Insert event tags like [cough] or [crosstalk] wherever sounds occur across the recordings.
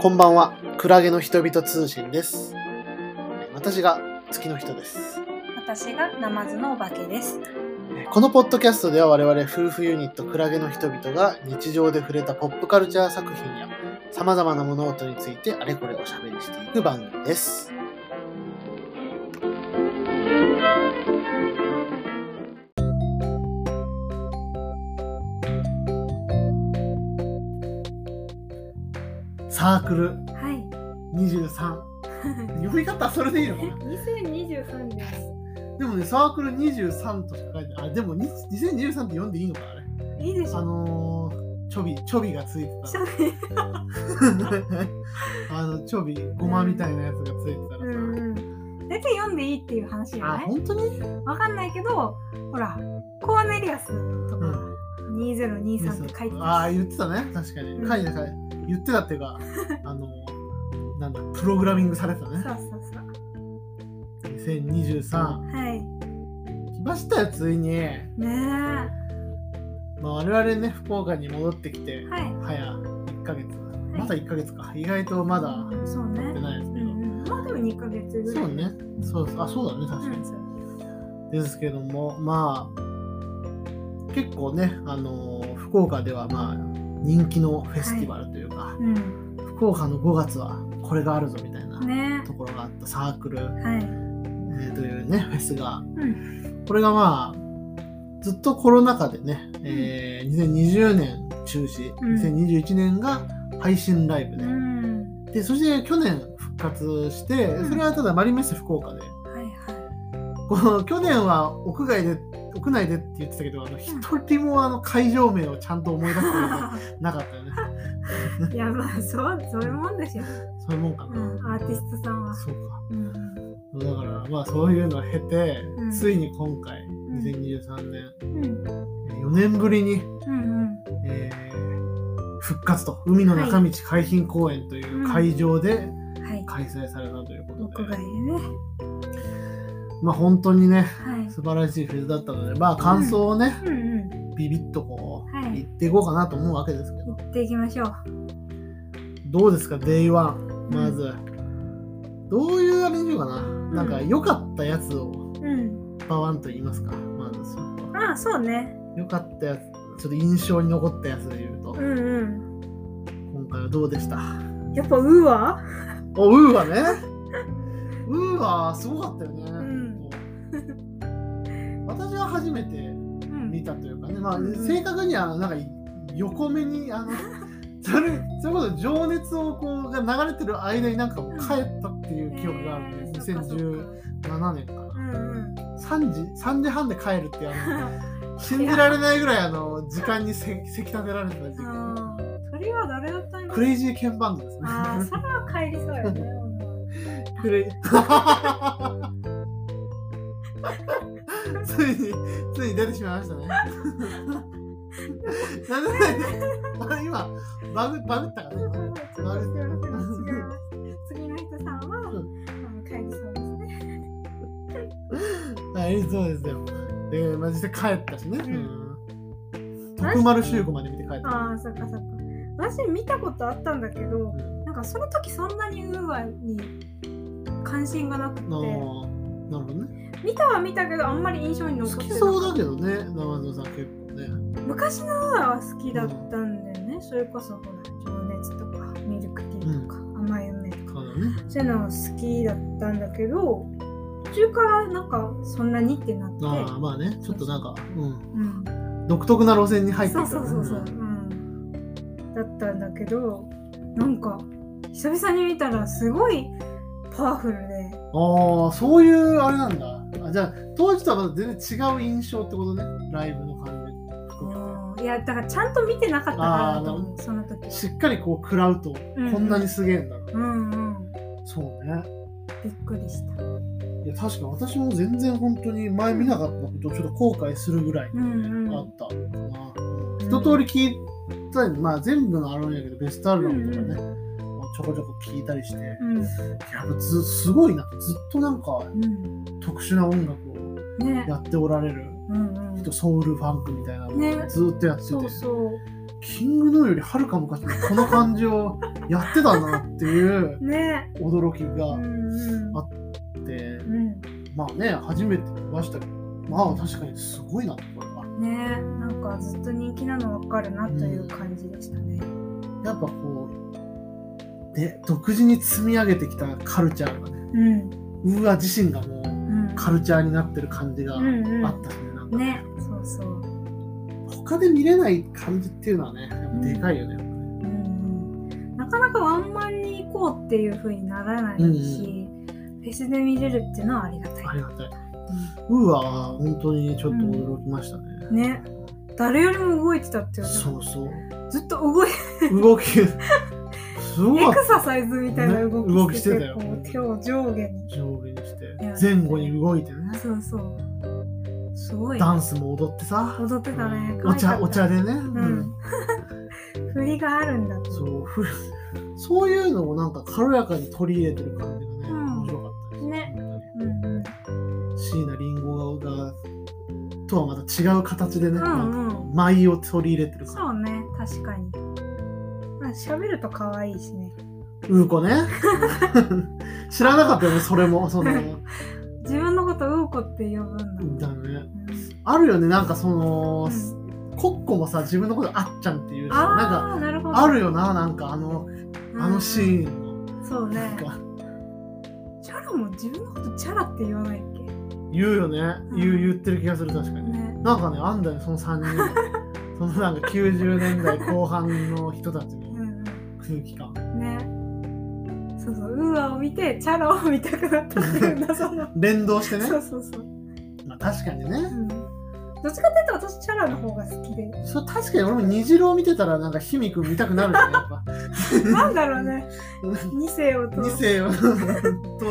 こんばんは、クラゲの人々通信です。私が月の人です。私がナマズのお化けです。このポッドキャストでは我々夫婦ユニットクラゲの人々が日常で触れたポップカルチャー作品や様々な物音についてあれこれおしゃべりしていく番組です。サークルはい。 23呼び方はそれでいいのかな2023年。でもね、サークル23としか書いてない。あ、でもに2023って読んでいいのかなあれ。いいでしあょ。のー、ちょび、ちょびがついてしょうねた。あの、ちょび、ごまみたいなやつがついてたらさ。うんうん。大体読んでいいっていう話よあ、ね。本当にわかんないけど、ほら、コーネリアスとか2023って書いてあたあ、し。言ってたね。確かに。うん書いてた。言ってたっていうか、あのー、なんだ、プログラミングされてたそうね。そうそう。 2023。はい。来ましたよ、ついに。ねえ。まあ、我々ね、福岡に戻ってきて、はい。早1ヶ月。まだ1ヶ月か。意外とまだやそうね。ってないですうけど。んうん。まあでも2ヶ月ぐらい。そうね。そうそうあ、そうだね、確うかに。ん。そうですけども、まあ、結構ね、あのー福岡ではまあ、人気のフェスティバルというか、うん。福岡の5月はこれがあるぞみたいなねところがあったサークル、え。はい。えーというね、フェスが、うん。これがまあ、ずっとコロナ禍でね、えー2020年中止、うん2021年が配信ライブうで、ん。で、そして去年復活して、うんそれはただマリメッセ福岡で、はいはこの去年は屋外で屋内でって言ってたけどあの一人もあの会場名をちゃんと思い出すことがい。なかったよね [laughs] [laughs] いやまあそうそういうもんですよ、そういうもんかうな、ん、アーティストさんは、そううん、かだからまあそういうのを経て、うんついに今回ん2023年、う4ん年ぶりに、うんえー復活と海の中道海浜公園という会場でうんはい開催されたということで、屋外でねまあ本当にねはい素晴らしいフェスだったのでまあ感想をね、うんうんビビッとこう、はい言っていこうかなと思うわけですけど行っていきましょうどうですか、デイワン、まず。どういうあれにしようかな。なんか、良かったやつを、うんバワンと言いますか。まず、ちょっと。ああそうね良かったやつ、ちょっと印象に残ったやつで言うと、うんうん今回はどうでしたやっぱうわお、ウーはね。ウーはすごかったよね。ん本当私は初めてうん見たというかね、まあ、うん正確には、なんか、横目に、あの、 [laughs] それそれこそ情熱をこうが流れてる間になんかもう帰ったっていう記憶があるね、えーそっかそっか2010 7年かうな、んうん3時3時半で帰るっていうあ [laughs] の信じられないぐらいあの時間にせ [laughs] せき立てられてた時間あー鳥は誰だったんだクレイジーケンバンドですねああそれは帰りそうよ [laughs] ねもうクレイ [laughs] ついについに出てしまいま [laughs] したねなんでなんで今バグバグったかちょねっとすいません違います次の人さんは、うあの帰りそうですねはい、そうですよ。で、まあ、実際帰ったしね。うんうん徳丸修子まで見て帰った。ああそっかそっか私見たことあったんだけど、なんかその時そんなにウーアに関心がなくてなあなるほどね。見たは見たけどあんまり印象に残っ好てきないそうだけどね、生野さん結構ね。昔のウーアは好きだったんだよね、それこそほら情熱とかミルクティーとか、甘い梅とかかなね。そういうの好きだったんだけど途中からなんかそんなにってなって、ああ、まあね、ちょっとなんか、うん、うん、独特な路線に入ってそきうたそねうそうそう、うん、だったんだけどなんか久々に見たらすごいパワフルでああ、そういうあれなんだ。あじゃあ、当時とはまた全然違う印象ってことね、ライブの感じ。いやだからちゃんと見てなかったからだと思うその時しっかりこう食らうと、こんなにすげえんだ。うんうんそうね。びっくりしたいや確かに私も全然本当に前見なかったことをちょっと後悔するぐらいあうんうんったかな、一通り聞いたり、まあ、全部のアルバムやけどベストアルバムとかね、ちょこちょこ聞いたりしてやうんっぱずすごいなずっとなんかうん特殊な音楽をねやっておられるうんうん人ソウルファンクみたいなのをねずっとやってて、そうそうキングヌーよりはるか昔にこの感じをやってたなっていうね驚きうがんあってうんまあね初めて見ましたけどまあ確かにすごいなこれはねなんかずっと人気なの分かるなという感じでしたね。やっぱこうで独自に積み上げてきたカルチャーがねうんウーア自身がもううんカルチャーになってる感じがあっうんうんたしねなんかねそうそう。他で見れない感じっていうのはねやっぱでかいよね、うんなかなかワンマンに行こうっていう風にならないし、フェスで見れるっていうのはありがたいあ。りがたいウーアは本当にちょっと驚きましたね、うんね誰よりも動いてたっていうねそうそうずっと動い動きすごエかっクササイズみたいなね動動ききししてててたよこう手を上下にた上下にしてや前後に動いてねそうそうすごいダンスも踊ってさ踊ってたねお茶可愛かおった茶でね、ううんん、 [laughs] 振りがあるんだってそうふそういうのもなんか軽やかに取り入れてる感じがね、うん面白かったですね本うんうん当に椎名林檎がとはまた違う形でね、うんうん舞を取り入れてるそ感うね確かにまあ喋ると可愛いしねじうーこね [laughs] 知らなかったよねそれもその自分のことウーコって呼ぶんだ、だねうんあるよねなんかその、うんコッコもさ自分のことあっちゃんっていうしなんかああなるほどあるよななんかあのあのシンーンのそうねなんかチャラも自分のことチャラって言わないっけ言うよねうん言う言ってる気がする確かにねなんかねあんだよその3人 [laughs] そのなんか90年代後半の人たちうのん空気感うんねそうそうウーアを見てチャラを見たくなったっていうんだその連動してねそうそうそう、まあ確かにうねん、どっちかっていうと私チャラの方が好きでそう確かに俺も虹郎見てたらなんかひみくん見たくなるよねやっぱなんだろうね二世をと二世を [laughs] 通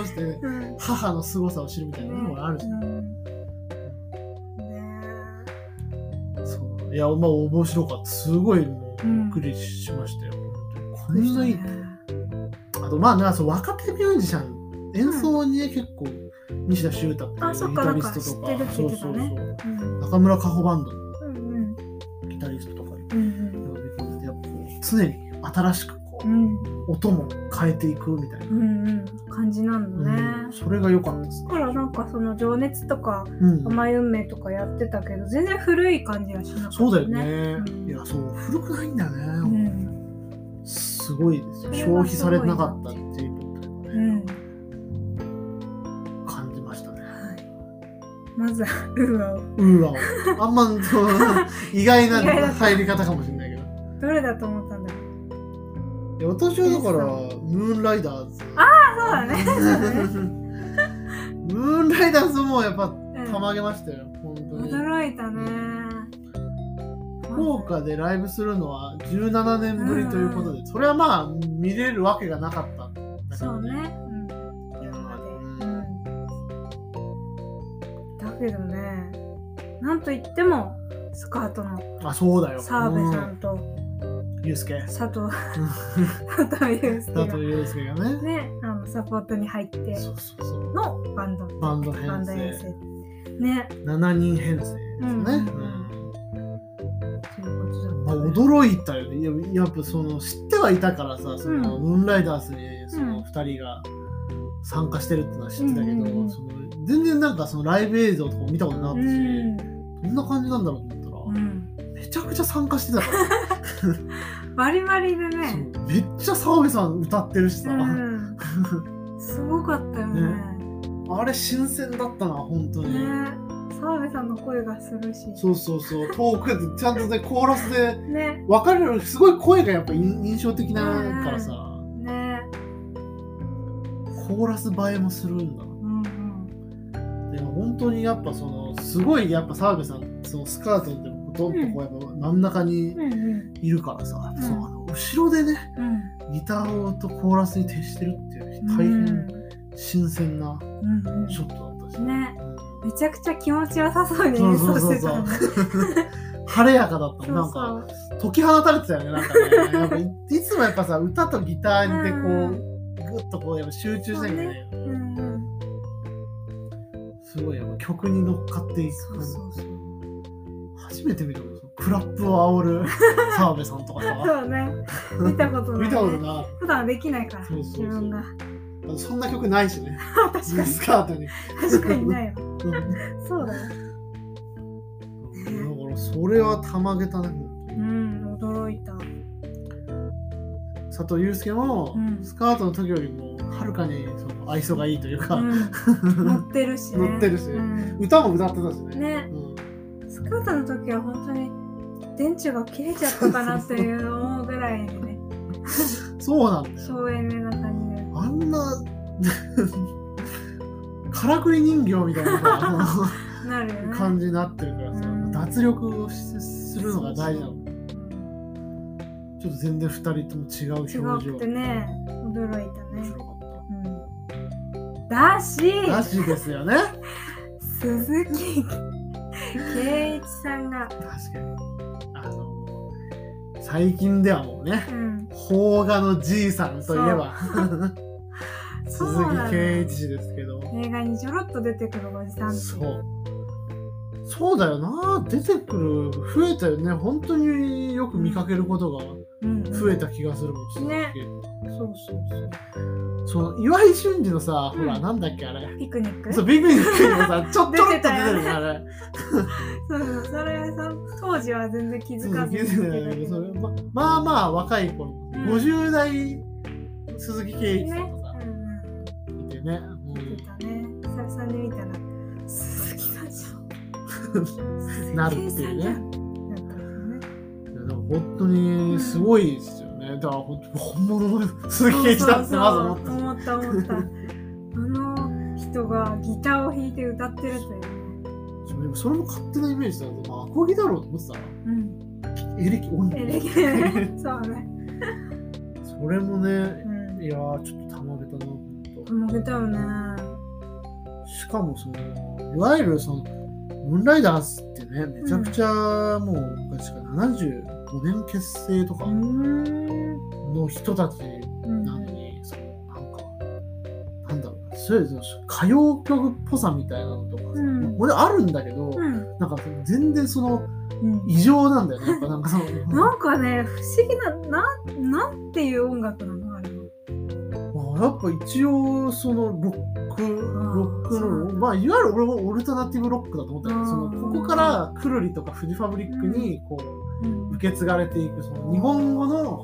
してうん母の凄さを知るみたいなのもあるし、うんねそういやまあ面白かったすごいもううんびっくりしましたよ、こんないいあとまあなそう若手ミュージシャン演奏にね、結構西田修太ってあそいうっギかタリストとかなんか知ってるって言ってそたねうそううんそう中村佳穂バンドのうんギタリストとかにうんうん呼び込んでてやっぱこう常に新しくこうう、ん音も変えていくみたいな、うんうん感じなんだね、うんそれが良かったですだからなんかその情熱とかうん甘い運命とかやってたけど全然古い感じがしなかったそうだよねうんいやそう古くないんだね、うんすごいですよそれはす消ごいな費されてなかったっていうことをうね、ん感じましたねはいまずはウーアをうーわあんま [laughs] そう意外な意外だった入り方かもしれないけどどれだと思ったんだろういや私はだからムーンライダーズあそうだねそうだね [laughs] ムーンライダーズもやっぱうんたまげましたよ、本当に驚いたね福岡でライブするのは17年ぶりということで、それはまあ見れるわけがなかったんだけそどうねねうん今までうんだけどねなんといってもスカートのあそうだよ澤部さうんとんユースケ佐藤佐藤祐 [laughs] 介佐が藤ユースケがねねあのサポートに入ってそうそうそうのバンドバンドバ編ンド編成成ね7人編成ですね、うんうんということだまあ、ったね驚いたよねややっぱその知ってはいたからさその、ムーンライダーズにそうんの2人が参加してるってのは知ってたけど、うんうんうんその全然なんかそのライブ映像とかも見たことなかったし、どんな感じなんだろうとう思んっうんたら、めちゃくちゃ参加してたから、バリバリでそねうめっちゃ澤部さん歌ってるしさ、うんすごかったよねあれ新鮮だったな本当に、ね澤部さんの声がするしそうそうそう遠くでちゃんとねコーラスでね分かるすごい声がやっぱ印印象的なからさ、ねコーラス映えもするんだなうんうんでも本当にやっぱそのすごいやっぱ澤部さんそのスカートでもドンとこうやっぱ真ん中にうんうんいるからさ、うんそのあの後ろでねうんギターとコーラスに徹してるっていう大変新鮮なうんうんショットだったし、ねうんめちゃくちゃ気持ちよさそうに演奏してたのね晴れやかだったそのなうんそかう解き放たれてたよねなんか [laughs] ねやっぱいいつもやっぱさ歌とギターでこうグッとこうやっぱ集中しなきゃいけないよねうんうんすごいやっぱ曲に乗っかっていくそうそうそう初めて見たことクラップを [laughs] 煽る澤部さんとかさそうね見たことない、見たことね、な普段はできないからそうそうそう自分がいあのそんな曲ないしね確かにスカートに確かにないわうんそ [laughs] うだよだからそれはたまげたねうん驚いた佐藤祐介もうんスカートの時よりもはるかにその愛想がいいというか、うん、乗ってるしね。乗ってるしうん歌も歌ってたしねねうんスカートの時は本当に電池が切れちゃったかなっていう思うぐらいにね、そうなんだよ省エネな感じで。あんな [laughs] からくり人形みたいなさなるよね。感じになってるからさうん脱力をしするのが大事なのちょっと全然2人とも違う表違情くてね、驚いた面ね白。かっうん、だしたらしいですよね鈴木圭一さんが、確かにあの最近ではもうねうん、邦画のじいさんといえばそ [laughs] 鈴うな木んだ圭一ですけど映画にちょろっと出てくるおじさんっていそうそうだよな出てくる増えたよね本当によく見かけることがうん、増えた気がするもん鈴木ね圭そうそうそう。一その岩井俊二のさ、うんほらなんだっけあれピクニックそうビッグニックにも [laughs] さちょっとちょろっと出出てたてよるねのあれそうそう、それ、そ当時は全然気づかずに鈴木見圭てた一けそど。れままあまあ若い頃、ん50代鈴木圭一ね、さうんとかん、いてね、も見てたね。久々に見たら、鈴木さんじゃん。なるっていうねなったんだよね。ういやでも本当にすごいですよね、だから本当本物の鈴木圭一だってまず思ったそうそう思った思った。あの人がギターを弾いて歌ってるというね。でもそれも勝手なイメージだと、まあ、アコギだろうと思ってたうん。なエレキ音え、楽できる。そうね。それもねうん。いやーちょっとたまげたなほんともげたよね。しかもそのいわゆるそのムーンライダーズってねめちゃくちゃもう昔から75年結成とかうーん。の人たちうんなのに、そのなんかなんだろうなそういうその歌謡曲っぽさみたいなのとかさ、うんまあ俺あるんだけど、うんなんかその全然そのうん。異常なんだよねやっぱなんか [laughs] そのなんかね、不思議な、なん、なんていう音楽なのあれは。まあ、やっぱ一応そのロックんロックそうの、まあいわゆる俺はオルタナティブロックだと思ったけうどんそのここからくるりとかフジファブリックにこうんう受け継がれていくその日本語の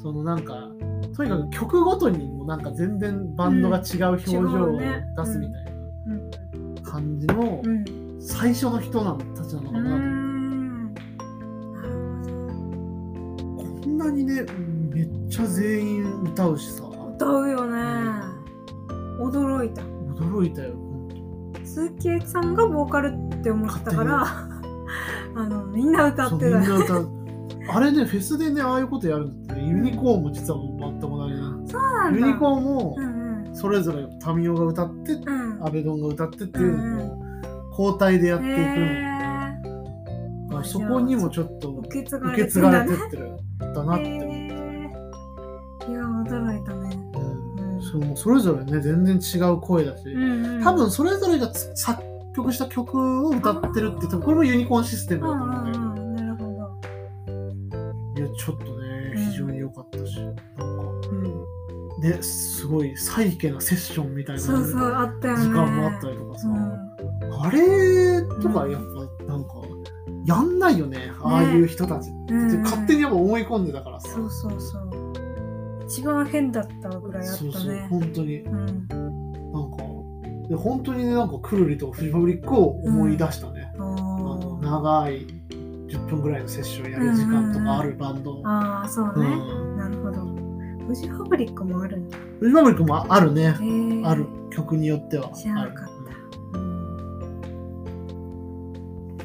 そのなんかとにかく曲ごとにもなんか全然バンドが違う表情うん違をうね出すみたいうんな感じのうん最初の人なのたちなのうかーな、んなるこんなにねめっちゃ全員歌うしさほど歌うよね驚いた驚いたよ鈴木エイチさんがボーカルって思ってたから [laughs] あのみんな歌そうってみんたな歌うあれねフェスでねああいうことやるんだってねユニコーンも実はもう全く同じなそうユニなんだコーンもうんうんそれぞれタミオが歌ってうんアベドンが歌ってっていうのを交代でやっていくのへーだからそこにもちょっと受け継が受れけて継んがだれねてってるんだなってへ思ーいや驚いたねう、うんうんそうもうそれぞれね全然違う声だし、うんうん多分それぞれがつ作曲した曲を歌ってるって多分これもユニコーンシステムうだとんう思うんだけどんうんなるほどいやちょっとね非常に良かったしなんかうんですごいサイケなセッションみたいなそうそう時あったよね間もあったりとかさ、うんあれとかうんやっぱなんかやんないよねああいう人たち、うんうん勝手にやっぱ思い込んでたからさそうそうそう一番変だったぐらいあったそうそうね本当になんかうんで本当にねなんかくるりとフジファブリックを思い出したね、あのあ長い10分ぐらいのセッションやる時間とかあるバンド、うんあーそうね、なるほどフジファブリックもあるんだへフジファブリックもあるね、ーある曲によっては知らあなるかったうん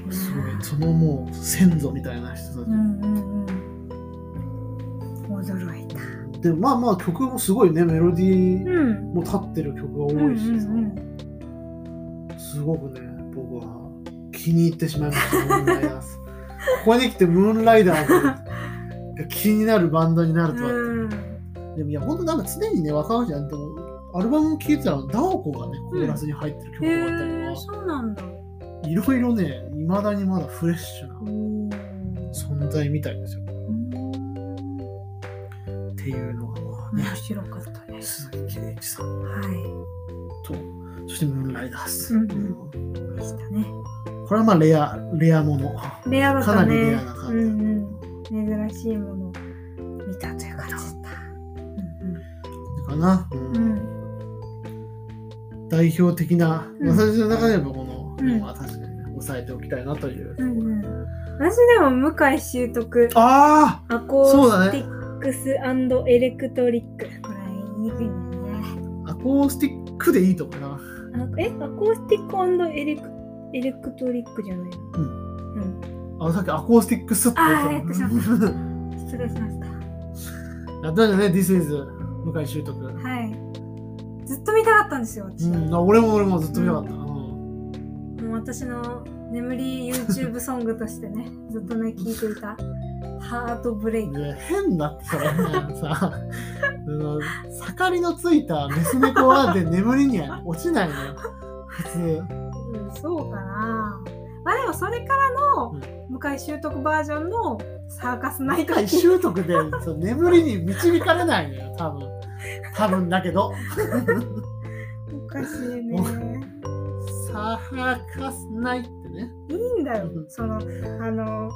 うんすごいそのもう先祖みたいな人たち、うんうんうん驚いたでまあまあ曲もすごいねメロディーうんも立ってる曲が多いしさ、すごくね僕は気に入ってしまいましたムーンライダーズ [laughs] ここに来てムーンライダーズが気になるバンドになるとは、うんでもいや本当なんか常にね若いじゃんでもアルバムを聴いてたらダオコがねコーラスに入ってる曲へがあったりえとか、そうなんだいろいろね今未だにまだフレッシュなお存在みたいですよ。ーっていうのがまあね面、白かったね。鈴木健一さんはと、そしてムーンライダース。うんい。でしたね。これはまあレア、レアもの。レアだっかなたりレねアな。う感じだった。んうん。珍しいものを見たという感じだった。かな、うんうんうん。代表的な、うん私の中でもこの、うんまあ確かにね、押さえておきたいなという。うんうんうん。私でも向井修徳あアコそうーだステねィックスエレクトリック。これ言いにくいんだよね。あアコースティックでいいと思うな。あえアコースティックエレクエレクトリックじゃないのううん。あさっきアコースティックスってあーや言っっててしまたっもん。失礼しました。やったじゃんね、This is 向井修徳。はい。ずっと見たかったんですよ、私。うん、あ俺も俺もずっと見たかった。うんもう私の眠り YouTube ソングとしてね、ずっとね、聴いていた。ハートブレイク。で変だったらね、さ、その [laughs] 盛りのついたメス猫はで眠りには落ちないのよ。普通。うん、そうかな。まあでもそれからの向井修徳バージョンのサーカスナイト向井修徳でそう眠りに導かれないのよ、多分。多分だけど。おかしいね。サーカスないってね。いいんだよ。その、あの、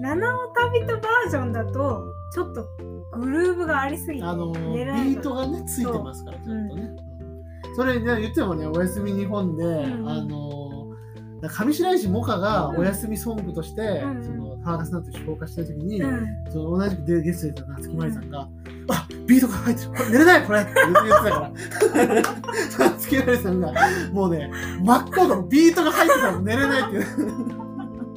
七尾旅人バージョンだと、ちょっとグルーブがありすぎて、あの狙えないビートがねついてますからちゃんとね、うんそれね言ってもね「おやすみ日本で」うんあのだから上白石萌歌がうんおやすみソングとして、んそのハーガスナットに紹介した時に、うん。その同じくでゲストでいた夏木マリさんが「あビートが入ってるこれ寝れないこれ」って言ってたから [laughs] 夏木マリさんがもうね真っ赤のビートが入ってたら寝れないっていうう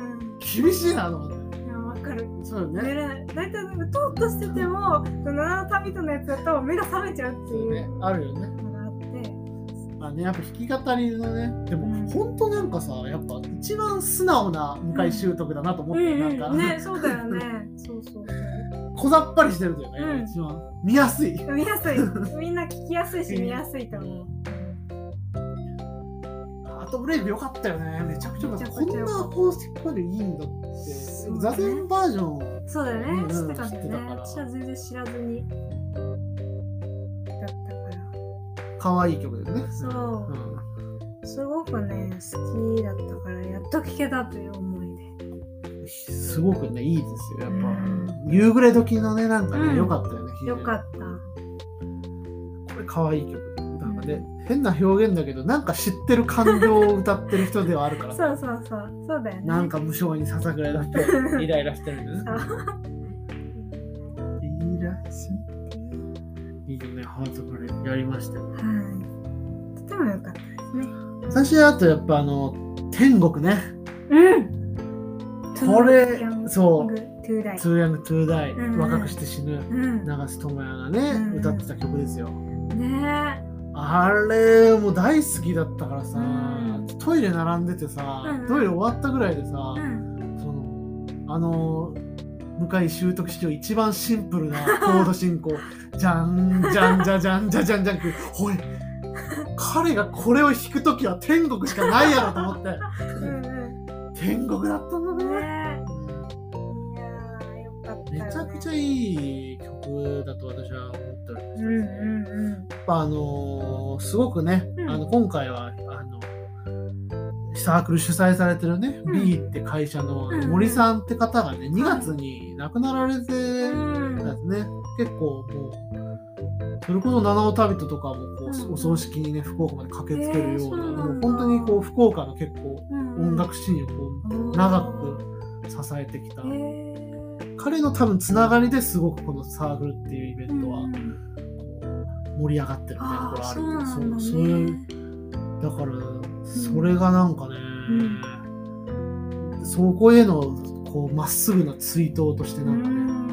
ん厳しいなと思っていや、わかる。そうよ寝ねれない大体なんかとうとしててもその七の旅人のやつだと目が覚めちゃうってそういうねあるよねのがあって、まあね、やっぱ弾き語りのね、でも、うんほんとなんかさ、やっぱ一番素直な向井修徳だなと思って、なんか、ねそうだよねそうそうそ [laughs] 小ざっぱりしてるというか、うん一番見やすい。う見 [laughs] やすいみんな聞きやすいし見やすいと思うハートブレイク良かったよね、めちゃくちゃ良かった。めちこゃくちゃん良なかったアコースティックまでいいんだって。そうだ座ね禅バージョン、そうだようんうんね知ってたん知っだよねてたから私は全然知らずにだったか可愛い曲ですね。らそううんすごくね好きだったからやっと聞けたという思いですごくね、いいですよ、やっぱ。うん夕暮れ時のね、なんかうね、ん良かったよね、非常よにかったこれ可愛い曲。なんかね、変な表現だけど、なんか知ってる感情を歌ってる人ではあるから。そうそうそうそうだよねなんか無性にささくらだって [laughs] イライラしてるんだね。イラしいいよね、ハートブレイクやりましたよ。はい。とても良かったですね。私はあとやっぱあの、天国ね。うん。。これそうトゥーライトゥーヤング・トゥーダイ、うん若くして死ぬ。うん。ね長瀬智也がね、うん歌ってた曲ですよ。え。あれ、もう大好きだったからさ、うんトイレ並んでてさ、うんトイレ終わったぐらいでさ、うん。そのあの向井修徳史上一番シンプルなコード進 [laughs] 行じゃんじゃんじゃじゃんじゃじゃんじゃんってほい彼がこれを弾く時は天国しかないやろと思っ [laughs] てうんうん。天国だったんだねねえ。いやー、良かっためよね。ちゃくちゃ。ゃいい曲だと私は思っておりまうすんうんうん。やっぱあのーすごくね、うんあの今回はあのサークル主催されてるね、うん B って会社のうん森さんって方がね2月に亡くなられてたんですね、結構もうそれこそ七尾旅人とかもこう、うんお葬式にね福岡まで駆けつけるような,、えーそうなんだもう本当にこう福岡の結構音楽シーンをこう長く支えてきた、えー。彼の多分つながりですごくこのサークルっていうイベントは。うん盛り上がってるみたいなところあああ、るそうなそんうだそういうね。だからそれがなんかね、そこへのこうまっすぐな追悼としてうなんかね、ん。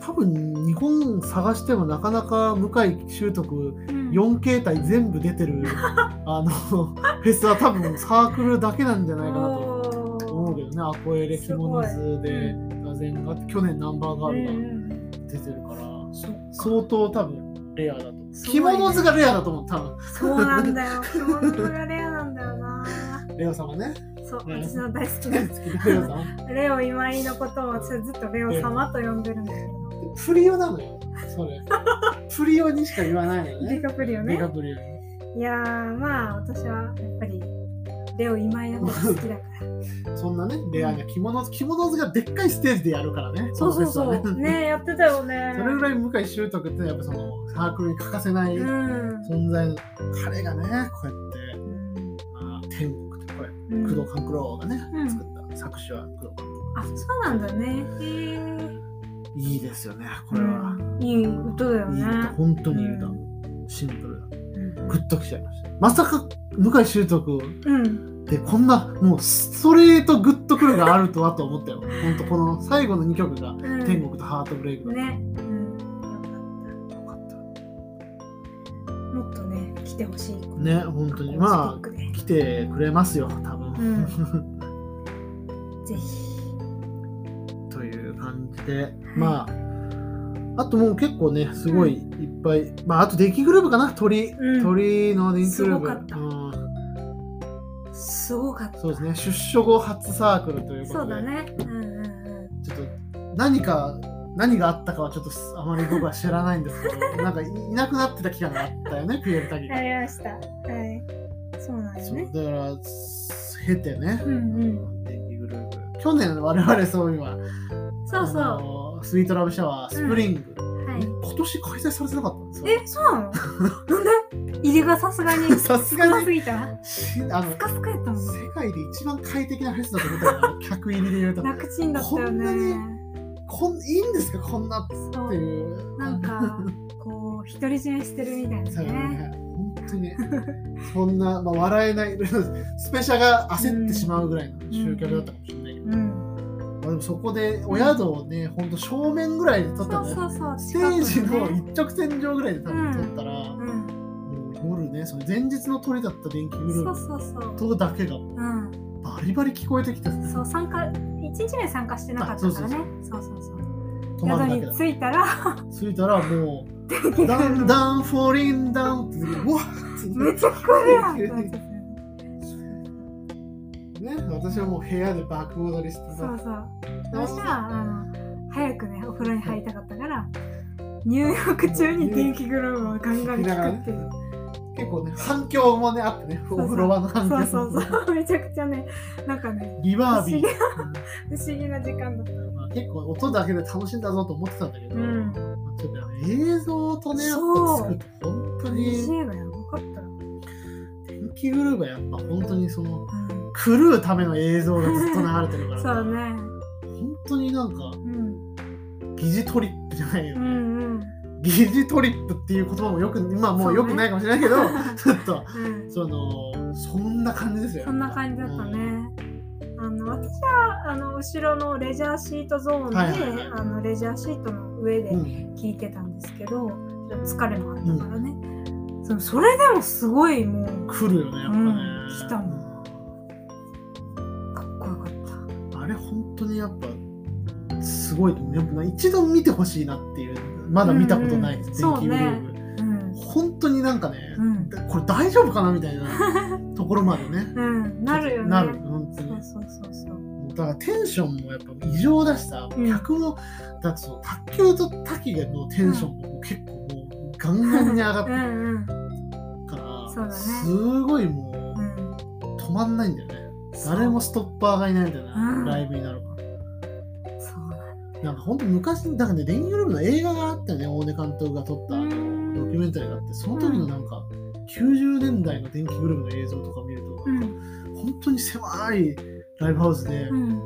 多分日本探してもなかなか向井修徳うん。 4形態全部出て [laughs] るあのフェスは多分サークルだけなんじゃないかなとお思うけどねアコエレキモノズで座禅があって去年ナンバーガー。ールうんうんうん。が出てるからそうか相当多分レアだと思うすごいね着物図がレアだと思う多分 [laughs] そうなんだよ。着物がレアなんだよな。レオ様 [laughs] ね。そう、うん私の大好き大な好きなレオ様。レオ今井のことを私はずっとレオ様と呼んでるんですプリオなのよ、そ [laughs] れ。プリオにしか言わないのけど、デね。ィカプリオデカね。プリオ。いやー、まあ私はやっぱりレオ今井のこと好きだから。そんなね、レアな着物、着物図がでっかいステージでやるからね。そうそうこそのフェスはう。ね。ね、やってたよね。 [laughs] それぐらい向井修徳ってやっぱそのサークルに欠かせないうん。存在の彼がね、こうやって、まあ、天国ってこれ、うん工藤官九郎がね、うん作った作詞は工藤官九郎。あ、そうなんだね。へえ。いいですよね、これは。うんいい歌だよいねい。歌、本当にいい歌。うんシンプルだ。うんグッときちゃいました。まさか向井修徳うん。でこんなもうストレートグッとくるがあるとはと思ったよ。ほんとこの最後の2曲がうん天国とハートブレイクだった。ね。うん。よよかったかった。もっとね、来てほしい。ね、本当に。まあ。あ来てくれますよ、多分。うん。ぜひ。 [laughs] という感じで、まあ、あともう結構ね、すごいいっぱい、まあ、あとデッキグループかな、鳥、うん鳥のデッキグループ。すごかったうんすごかった。そうですね、出所後初サークルということで、そうだね。うんうんちょっと何か、何があったかはちょっとすあまり僕は知らないんです [laughs] けど、なんかいいなくなってた期間があったよね、ピエール滝うん。が。ありました。はい。そうなんですそうね。だから、経てね、うんうん、デッキグループ。去年、我々そういえば、そうそう。あはのスイートラブシャワー、スプリング。い。今年開催されてなかったんですよ。え、そうなのなんで入りがさすがにさすが少なにすぎたしあのスカスカやったも [laughs] んね。世界で一番快適なフェスだと思ったよあの客入りで言うと楽ちんだったよこんね。こんいいんですかこんなっそてう。いうなんか、こう、独り占めしてるみたいなそうよね。ね本当にねそんな、まあ、笑えないスペシャが焦ってしまうぐらいの集客だったかもしれないけど、うん。まあ、でもそこでお宿をね本当正面ぐらいで撮そったんだうそようそう。ステージ近くのね一直線上ぐらいで多分撮ったら、うん。もう夜ねその前日の鳥だった電気グルそーうそうそう。プとだけがうん。バリバリ聞こえてきたそう、参加、一日目参加してなかったからね。そうそうそう。泊ま宿るだけだに着いたら、着いたらも [laughs] う、だんだんフォーリンダウンって、うわめっっちゃ聞こえ [laughs] る [laughs] やんってなっちゃっつね、私はもう部屋で爆踊りしてた。た。そうそう。私はあの早くねお風呂に入りたかったから入浴中に電気グローブをガンガン聞くっていう結構ね、反響もね、あってね、うそうお風呂場のそ反響うそうそう [laughs] めちゃくちゃねなんかねリバービー。不思議な時間だったうんまあ結構音だけで楽しんだぞと思ってたんだけど、うんちょっとやっぱ映像とね、やっぱ作ると、本当嬉しに、いのやばかったよ天気グルーブはやっぱ本当にその、うん狂うための映像がずっと流れてるから、そうね本当になんか、うん疑似トリップじゃないようね。んうん疑似トリップっていう言葉もよく今もうよくないかもしれないけど、ちょっとうんそのそんな感じですよそんな感じだったね、あの私はあの後ろのレジャーシートゾーンで、はいはいはいあのレジャーシートの上でうん、うん聞いてたんですけど疲れもあったからね、そのそれでもすごいもう来るよねやっぱね、うん来たもかっこよかったあれ本当にやっぱすごいやっぱ一度見てほしいなっていうまだ見たことない、うんうん電気グルーブ、うん、本当になんかね、うんこれ大丈夫かなみたい [laughs] なところまでねうん、なるよねなる本当そにうそうそうそうだからテンションもやっぱ異常だしさ、うん客もだってその卓球と滝のテンションも結構もうガンガンに上がっうてんるうんから、そうだねすごいもうんう止まんないんだよね誰もストッパーがいないみたいうんなライブになるから、そうなんなんかほんと昔にだからねレイングルームの映画があったよね大根監督が撮ったうドキんュメンタリーがあってその時のなんか90年代の電気グループの映像とか見ると、うん本当に狭いライブハウスで、うんも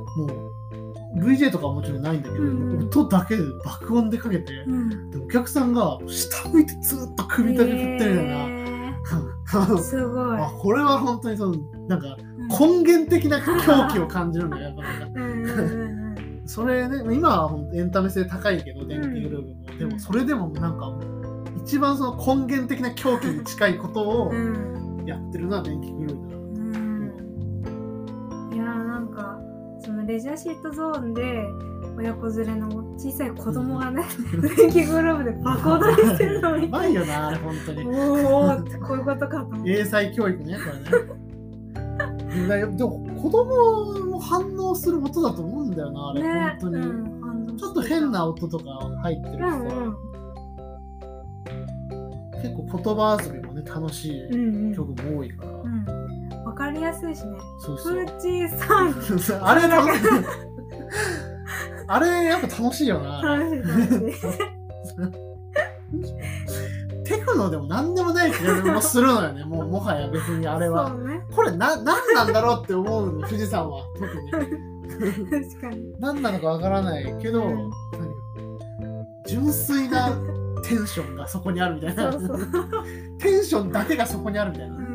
う VJ とかはもちろんないんだけど、うんうん音だけで爆音でかけて、うんでお客さんが下向いてずっと首だけ振ってるような、へあーのすご [laughs] いあこれは本当にそのなんかうん根源的な狂気を感じるのよやっぱなんかうんうんうんそれね今は本当エンタメ性高いけど電気グループも、でうんもそれでもなんか一番その根源的な狂気に近いことを [laughs] うんやってるのは電気グループだからうんいやーなんかそのレジャーシートゾーンで親子連れの小さい子供がね、電気グローブでバカ踊りしてるの [laughs] をや見てばいよなあれ本当におーおーってこういうことかと思って英才教育ねこれねなでも子供も反応する音だと思うんだよなあれ、ね本当に、うん反応してたちょっと変な音とか入ってるしうさ、んうん結構言葉遊びもね楽しういんうん曲も多いから、うんわかりやすいしねそうそうプチさん [laughs] あれ楽しいあれやっぱ楽しいよな楽しい楽しいテクノでも何でもない気がもするのよねもうもはや別に [laughs] あれはそうねこれな何なんだろうって思うの富士山は特に確かに何なのかわからないけど、うん何純粋なテンションがそこにあるみたいそなうそうテンションだけがそこにあるみたいな、うん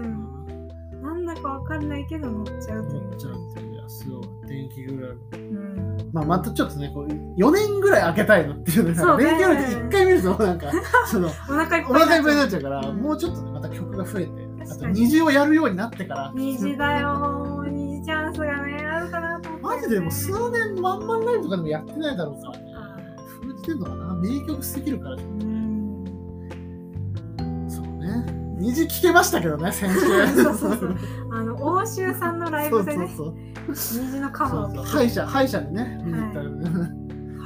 なんだかわかんないけど乗っちゃうとい思うっちゃうんですよいやすごい電気グラブ、うんまあ、またちょっとねこう4年ぐらい開けたいのっていうねそうね電気グラブって1回見るとなん [laughs] かそのお腹いっお腹ぱいいっぱいになっちちゃうから、うんもうちょっとねまた曲が増えてあ確とかに虹をやるようになってから虹だよ虹チャンスがねあるかなと思ってマジでもう数年ワンマンライブとかでもやってないだろうからねあ封じてんのかな名曲すぎるからーうんそうね虹聴けましたけどね先週そうそうそうあの欧州さんのライブでねそうそう虹のカそバうーそうを歯医者歯医者にね見に行ったらね、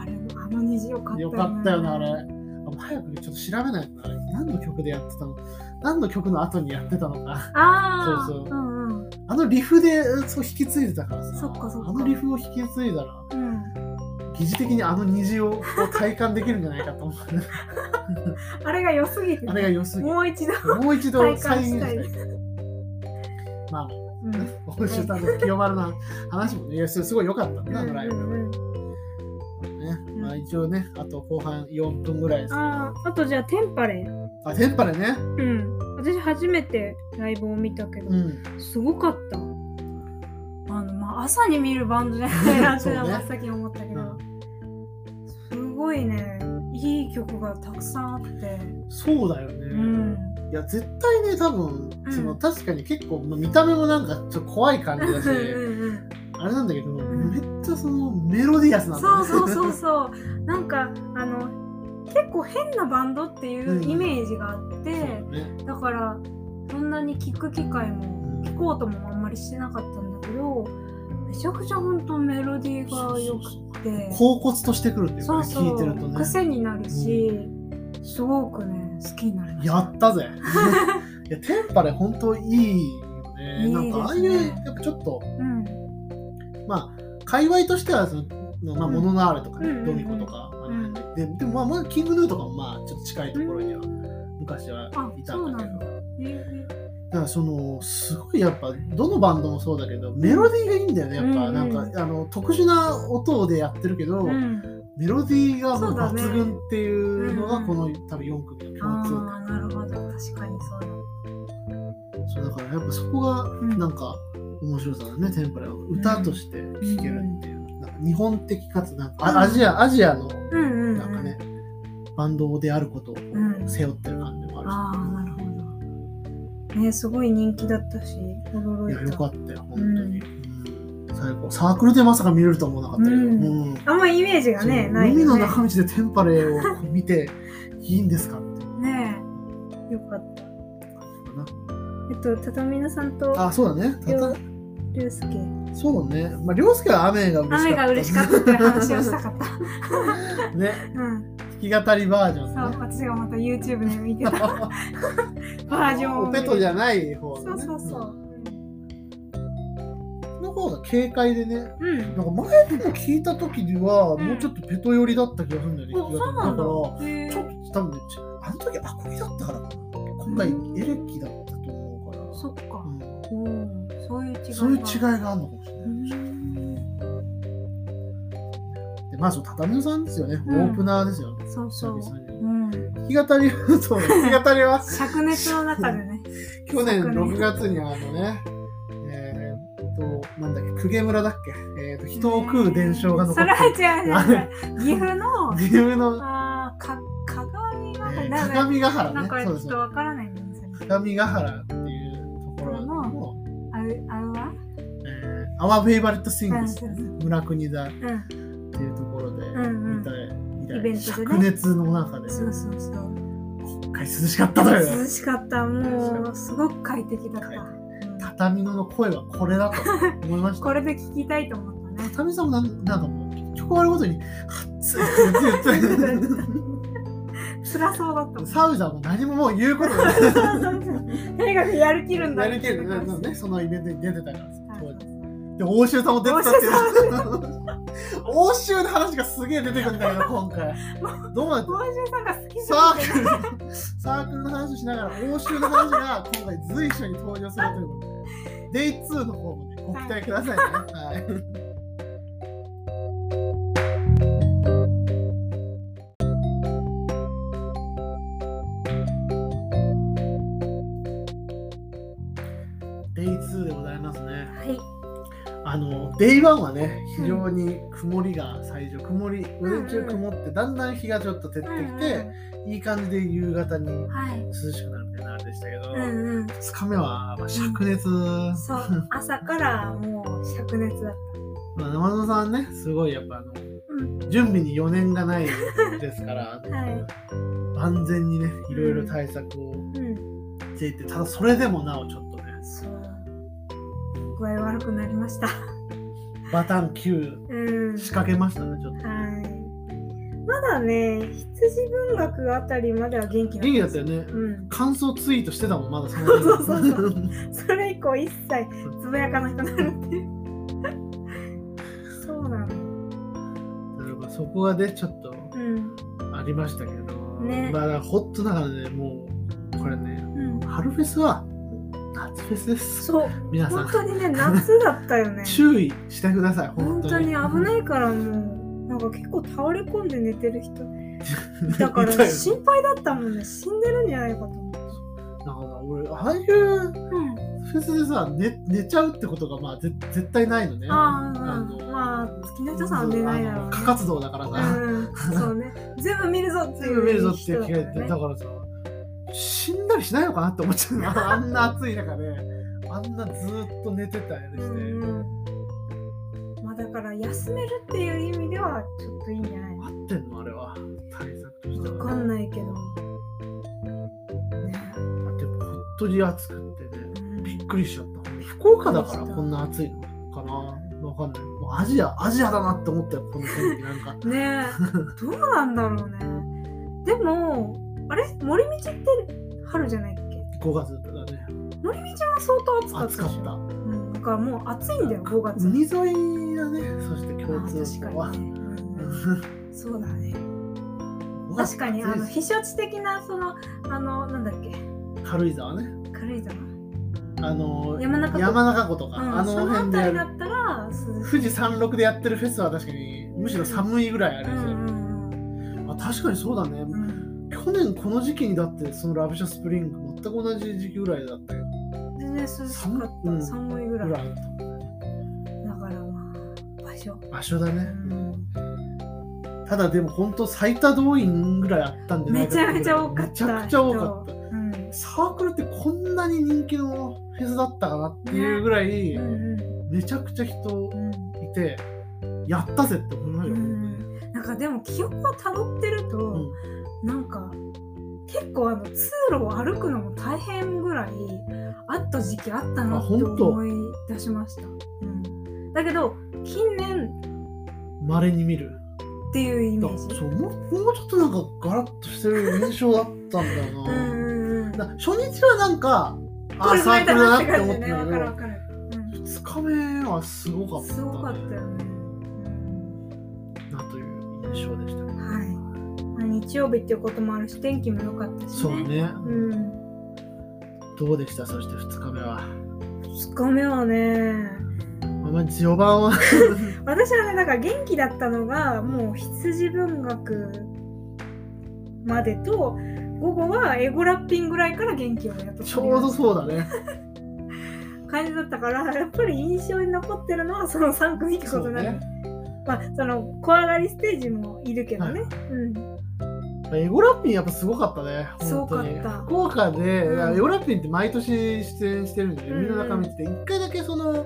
あれあの虹よかったよかったよな、あれ。もう早くちょっと調べないとな、あれ。何の曲でやってたの何の曲の後にやってたのか。ああそうそうんうんあのリフでそう引き継いでたからさ。そっかそっかあのリフを引き継いだら、うん疑似的にあの虹をこう体感できるんじゃないかと思う。あれが良すぎてあれが良すぎて。もう一度もう一度体再感現ししたたいい。まあ、うん今週さんの清丸の話もね、いやすごい良かったね、あのライブ。うんうんねんまあ、一応ね、あと後半4分ぐらいですけど。あああとじゃあテンパレーあ、テンパでね。うん私初めてライブを見たけど、うん。すごかったあのまあ朝に見るバンドじゃないなってそのうねは真っ先に思ったけど、うんすごいねいい曲がたくさんあってそうだよね。うんいや絶対ね多分うんその、確かに結構まあ見た目もなんかちょっと怖い感じだしうんうんうんあれなんだけど、んめっちゃそのメロディアスなんだ [laughs] そねうそうそうそうなんかあの結構変なバンドっていうイメージがあって、そうだねだからそんなに聞く機会も聞こうともあんまりしてなかったんだけどめちゃくちゃ本当メロディーが良くて恍惚としてくるっていうか、そうね、聞そういてるとね癖になるし、すごくね好きになりましたやった [laughs] ぜいやテンパレ本当いいよねいいですなんねかああいうやっぱちょっとうんまあ界隈としてはそのまあ、うんモノナーレとかね、うんうんドうんミコとか、あのうん辺ででもまあ、まあ、キングヌーとかもまあちょっと近いところには昔はいたんだけあそうなんど、だだからそのすごいやっぱどのバンドもそうだけどメロディーがいいんだよねやっぱ、うんうんなんかあの特殊な音でやってるけど、うん、メロディーがもうそうだね抜群っていうのがうんうんこの多分4組のあ共通点、あなるほど確かにそうだそうだからやっぱそこがうんなんか面白さだね、テンパレは歌として聴けるっていう、なんか日本的かつなんかあアジアアジアのうんうん、うん、なんかね、バンドであることをこううん背負ってる感じもあるし、ああなるほどねすごい人気だったし驚いいやたよかったよ本当に、うん最高サークルでまさか見れるとは思わなかったけど、うんうんあんまイメージがねそうない海よのね中道でテンパレーをこう見ていいんですかっていうねえよかったのかえっと畳野さんとなあそうだねた涼た涼介そうねまあ涼介は雨が嬉しかった雨が嬉しかったっていう話をしたか [laughs] った、ねう弾ん、き語りバージョそうンね私がまた YouTube [laughs] で見てたバージョンをお見ペるトじゃない方その、うね、そうそう、の方が軽快でねうん、なんか前にも聞いた時には、うんもうちょっとペト寄りだった気がするんだよねおそう弾なきんだ語りへだからえちょっと多分ねちあの時アコギだったからかな今回うんエレキだったと思うから、そっか、うんうん、そういう違いそういう違いががあるのかもしれない、うんでまあその畳野さんですよね、うんオープナーですよそうそ久う、々にうん、弾き語りはそう弾き語りは灼熱の中でね去年昨年6月にあのねえーっとなんだっけ公家村だっけ、えーっと人を食う伝承が残それはって違う違う違う岐阜のる理由の、あーか鏡えが、ー、なんか鏡ヶなん原かねちそうょでっすとわからないんですよね。鏡ヶ原っていうところの、あうあうわえー、Our Favorite Things うんうん村国座っうんていうところで、うんうん見たい見たいイベントでね灼熱の中でそうそうそう今回涼しかったという涼しかったもうすごく快適だった快うん畳野の声はこれだと思いましたこれで聞きたいと思ったね。畳野さんもなんなんかもう結局あるごとに「熱い」って言って [laughs] 辛そうだった [laughs] もん。サウザーも何ももう言うことがないとにかくやる気るんだやりきるねねそのイベントに出てたから当時はで [laughs] 欧州さんも出てたっていう [laughs] 欧州の話がすげえ出てくるんだけど今 [laughs] 回どうなっいボージュさんが好きじサゃークルサークルの話をしながら欧州の話が今回随所に登場するということでデイ2の方もねご期待くださいね、はい、デイ2でございますねはい。あのデイ1はね非常に曇りが最初曇り午前中曇ってだんだん日がちょっと照ってきて、いい感じで夕方にはい。涼しくなるみたいなあれでしたけど、う二んうん。 2日目は、まあ、灼熱、そう。朝からもう灼熱だっまあ、山園さんねすごいやっぱあの、う準備に余念がないですから、た。はい。安全にねいろいろ対策をうん。していてただそれでもなおちょっとねそう。具合悪くなりました。バタン9うん。仕掛けましたねちょっと、はい。まだね、羊文学あたりまでは元気元気だったよね、うん。感想ツイートしてたもんまだその [laughs] そうそうそうそれ以降一切つぶやかなくなるっていう。 [laughs] そうなの。なんかそこがねちょっとうん。ありましたけど、ねまあだからほっとだからねもうこれねうん。春フェスは夏フェスです。そう。 [laughs] 皆さ本ん、。当 [laughs] にね、夏だったよね注意してください。本本当当にに危ないからもう、なんか結構倒れ込んで寝て [laughs] る人 [laughs] だから痛いよ心配だったもんね。死んでるんじゃないかと思う。なんか俺、ああいうフェスでさ、寝寝ちゃうってことが、まあ、ぜ絶対ないのね。ああ、あうんのまあ、月の人さんは寝ないだあろうのね過。活動だからさ、う [laughs] ん、そうね。全部見るぞってい全う部見るぞっていう人機だ会っったて、ねだからさ、死んだりしないのかなって思っち [laughs] ゃうな。あんな暑い中で、あんなずーっと寝てたりして。うんまあだから休めるっていう意味ではちょっといいんじゃない合ってんのあれは。対策としてわは。かんないけど、ねだって、本当に暑くってね。うんびっくりしちゃった。福岡だからびっくりしたこんな暑いのかなわかんない。もうアジア、アジアだなって思ったよ、この天気なん [laughs] か。ねえどうなんだろうねでもあれ森道って春じゃないっけ5月だね。森道は相当暑暑かかったでしょった。うん、だからもう暑いんだよ5月海沿いだね。そしてあ共通ー項確はか。にね、うんそうだね5月確かに [laughs] あ暑いのです避暑地的なそのあのなんだっけ軽井沢ね。軽井沢あのー山中湖山中湖とか、うんあの辺でその辺やりだる。ったら涼しい富士山麓でやってるフェスは確かにむしろ寒いぐらいあれうでんすうよ、んあ確かにそうだねうんうん去年この時期にだってそのラブシャスプリング全く同じ時期ぐらいだったよ全然涼しか寒ったうん寒いぐらいぐだからいらまあ場所場所だね、うんただでも本当最多動員ぐらいあったんでないめかちゃめちゃ多ってかいうっぐらいめちゃくたちゃ多かった人うんサークルってこんなに人気のフェスだったかなっていうぐらいうんめちゃくちゃ人うんいてやったぜって思いましうたよ、んなんかでも記憶をたどってると、うんなんか結構あの通路を歩くのも大変ぐらいあった時期あったなあってほんと思い出しました、うん、だけど近年まれに見るっていうイメだージそうもうもうちょっとなんかガラッとしてる印象だったんだような,、んうんうんだ初日はなんかこあれサークルだなって思っぐたらけいだなって感じねわかるわどかる、 2日目はすごうかん、った、ね、すごかったよね、なという印象でしたねうんはいまあ日曜日っていうこともあるし天気も良かったしねそうね、うんどうでしたそして2日目は2日目はねあまり序盤 [laughs] は私はねだから元気だったのがもう羊文学までと午後はエゴラッピンぐらいから元気をやっとちょうどそうだね。感じだったからやっぱり印象に残ってるのはその3組ってこそとうなの、ね。まあその小上がりステージもいるけどね、うんエゴラッピンやっぱすごかったね。すごかった本当に福岡で、うんだからエゴラッピンって毎年出演してるんで、うん海の中見てて、一回だけその、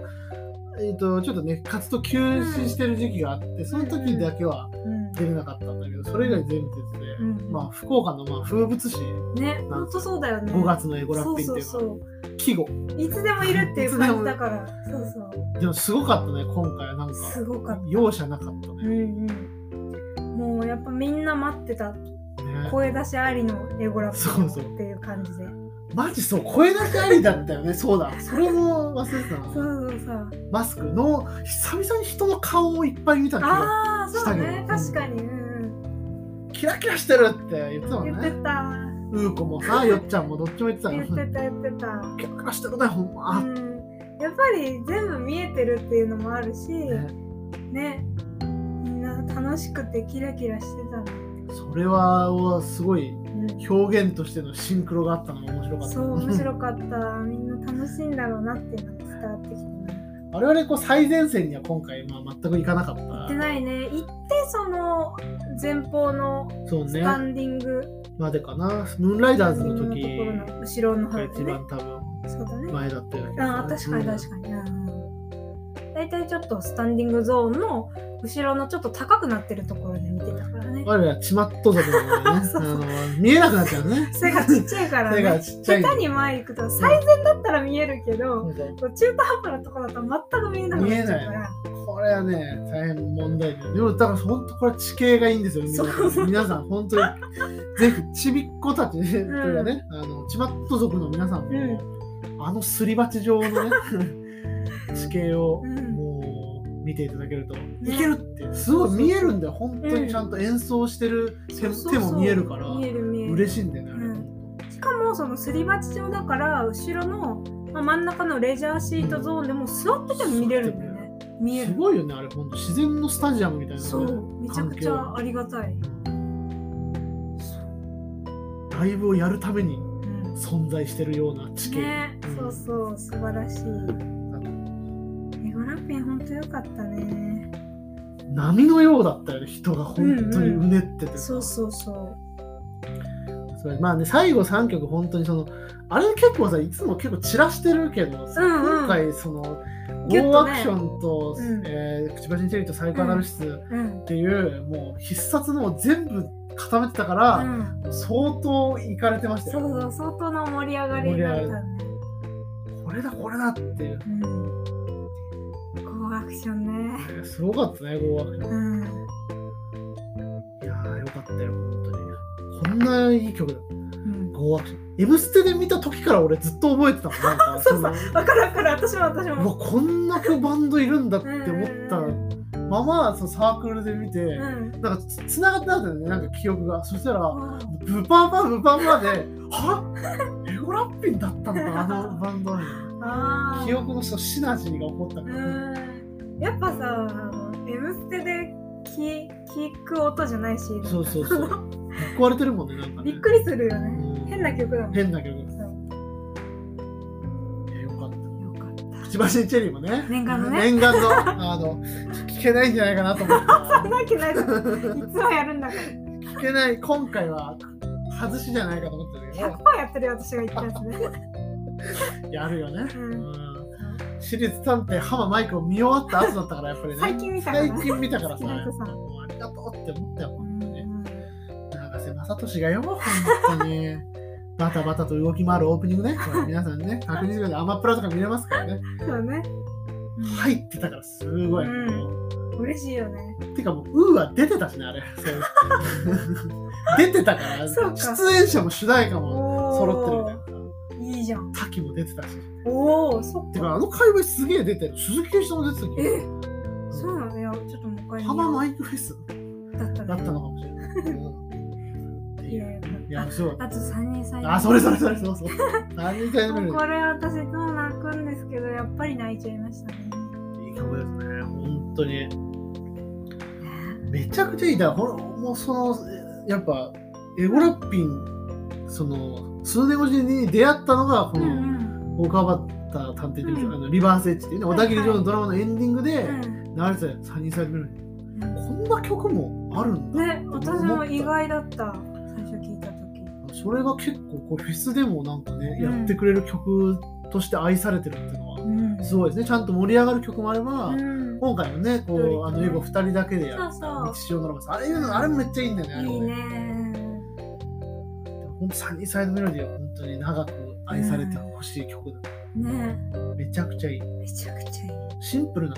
えっ、と、ちょっとね、活動休止してる時期があって、その時だけはうん出れなかったんだけど、それ以外全部出てて、うんまあ、福岡のまあ風物詩、ねほんとそうだよね5月のエゴラッピンっていうのは、そうそうそう昨季語いつでもいるっていう感じだからそうそうでもすごかったね今回はなんかすごかった容赦なかったうね,、んうんもうやっぱみんな待ってたね声出しありのエゴラそうッそプうっていう感じでマジそう声出しありだったよねそうだそれも忘れてたなそうそうそうマスクの久々に人の顔をいっぱい見た気がああそうだね確したけどかにうんキラキラしてるって言ってたもうんん言ってねたうーこもさよっちゃんもどっちも言ってた言よってた言ってたキラキラしてるねほんうま、んやっぱり全部見えてるっていうのもあるしねねみんな楽しくてキラキラしてたねそれはすごい表現としてのシンクロがあったのが面白かったそう面白かったみんな楽しいんだろうなっていうのが伝わってきてね我々こう最前線には今回、まあ、全く行かなかっ行たってないね行ってその前方のそうスねタンディングまでかなムーンライダーズの時ところの後ろのが方一でね番多分そうだね前だったよねあー確かに確かに、うん大体ちょっとスタンディングゾーンの後ろのちょっと高くなってるところで見てたからね我らちまっと族なのでね [laughs] そうそうあの見えなくなっちゃうね背がちっちゃいから背がねちっちゃ下い手に前行くと最善だったら見えるけど、中途半端なとこだと全く見えなくなっちゃうからこれはね大変問題だよでもだから本当これ地形がいいんですよ皆さそうそうん皆さん本当にぜひちびっ子たちね,、うねあのちまっと族の皆さんも、あのすり鉢状の [laughs] ね地形をうんもう見ていただけると、いけるってすごい見えるんだよ本当にちゃんと演奏してる手,、そうそう手も見えるから見える見える嬉しいんだよねあれ、うしかもそのすり鉢状だから後ろの、まあ、真ん中のレジャーシートゾーンでも座ってても見れるんだよね見えするごいよねあれ本当自然のスタジアムみたいな、ね、そうめちゃくちゃありがたい、ライブをやるためにうん存在してるような地形、ねうんそうそう素晴らしいエゴラッピン本当良かったね波のようだったよね人が本当にうねってて、そうそうそうそれまあね最後3曲本当にそのあれ結構さいつも結構散らしてるけどさ、うんうん今回そのギュッと大アねクションとうんえーくちばしにチェリーとサイコアナルシスうんっていう、もう必殺のを全部固めてたから、うん相当いかれてましたそうよ、そう相当な盛り上がりになったねこれだこれだっていう、うん高アクションねねすごかったね大アクションうんいやーよかったよ本当にこんないい曲だうんゴーアクション。M ステで見た時から俺ずっと覚えてたもん。なんか [laughs] そうそうの分かる分かる私も私うわもこんなバンドいるんだって思うんうんったままそのサークルで見て、うんなんかつつながってなかったよねなんか記憶がそしたらあブパンパンブパンパンではエゴラッピンだったんだあのバンドはあー記憶のそのシナジーが起こったから、うんやっぱさあの「M ステ」で聞聞く音じゃないしそうそう [laughs] そう壊れてるもんねなんかねびっくりするよねうん変な曲だもん変な曲そういやよかったよかったくちばしチェリーもね念願のね念願のあの聞けないんじゃないかなと思そんっ [laughs] なわけないじゃんいつもやるんだから [laughs] た聞けない今回は外しじゃないかと思ってたけど100%やってるよ私が言ったやつねやるよね、うんうん私立探偵浜マイクを見終わった後だったからやっぱりね最近見たから最近見たからさ好きな人さもうありがとうって思ったよう本当にねん永瀬正俊がよ本当にバタバタと動き回るオープニングねこれ皆さんね確認してくださいアマプラとか見れますからねそうだね入ってたからすごい、うん嬉しいよねてかもう、うーは出てたしね、あれ。そう出てたから、そうか出演者も主題歌も揃ってるみおたいな。ーいいじゃん滝も出てたし。おおそってかか、あの界隈すげえ出てる。鈴木一も出てたけえどそうなのいやちょっともう一回浜マイイクフェスだっただったのねかもしれない。うんっていいやういいやや、そう。ああと3人最後あ、それそれそれそうそう。何 [laughs] 人かやめるもうこれ私どう泣くんですけどやっぱり泣いちゃいましたね。いい曲ですね、本当に。めちゃくちゃいい。だから、ほらもうその、やっぱ、エゴラッピン、その、数年越しに出会ったのが、こうんうの、んオーカーバッター探偵事務所、うんあのリバースエッジっていうね、は小いはい田切城のドラマのエンディングでう流れてたよ、サニーサイドメロディんーこんな曲もあるんだ。ね私も意外だった最初聞いた時。それが結構こうフェスでもなんかね、うんやってくれる曲として愛されてるっていうのはうんすごいですね。ちゃんと盛り上がる曲もあれば、うん今回もね、こ一人うあの英語二人だけでやるそう日常ドラマさ、あれいうのあれもめっちゃいいんだよね。あそうれいいもね。本当サニーサイドメロディーは本当に長く愛されてほしい曲だ、ねめちゃくちゃいいめちゃくちゃいいシンプルな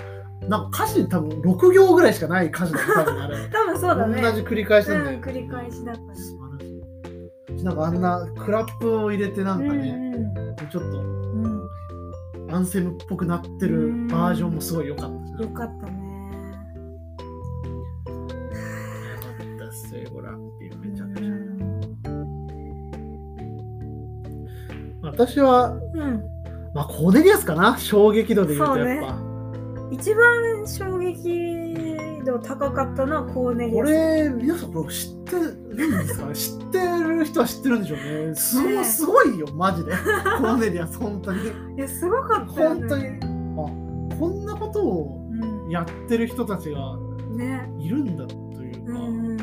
なんか歌詞多分6行ぐらいしかない歌詞だね多 [laughs] 分あれ多分そうだね同じ繰り返しうなんんだよ、繰り返しだから素晴らしいなんかあんなクラップを入れてなんかね、ちょっとうんうん、うアンセムっぽくなってるバージョンもすごい良かったしん、よかったねだっすよほらっていうめちゃくちゃう私はん、まあコーネリアスかな衝撃度で言うとやっぱ、一番衝撃度高かったのはコーネリこアス。れ皆さんこれ知ってるんですかね知ってる人は知ってるんでしょうねすごすごいよマ [laughs] ジでコーネリアス本当にいやすごかったよね。本当にあこんなことをやってる人たちがうん、ね。いるんだといううか、んうんう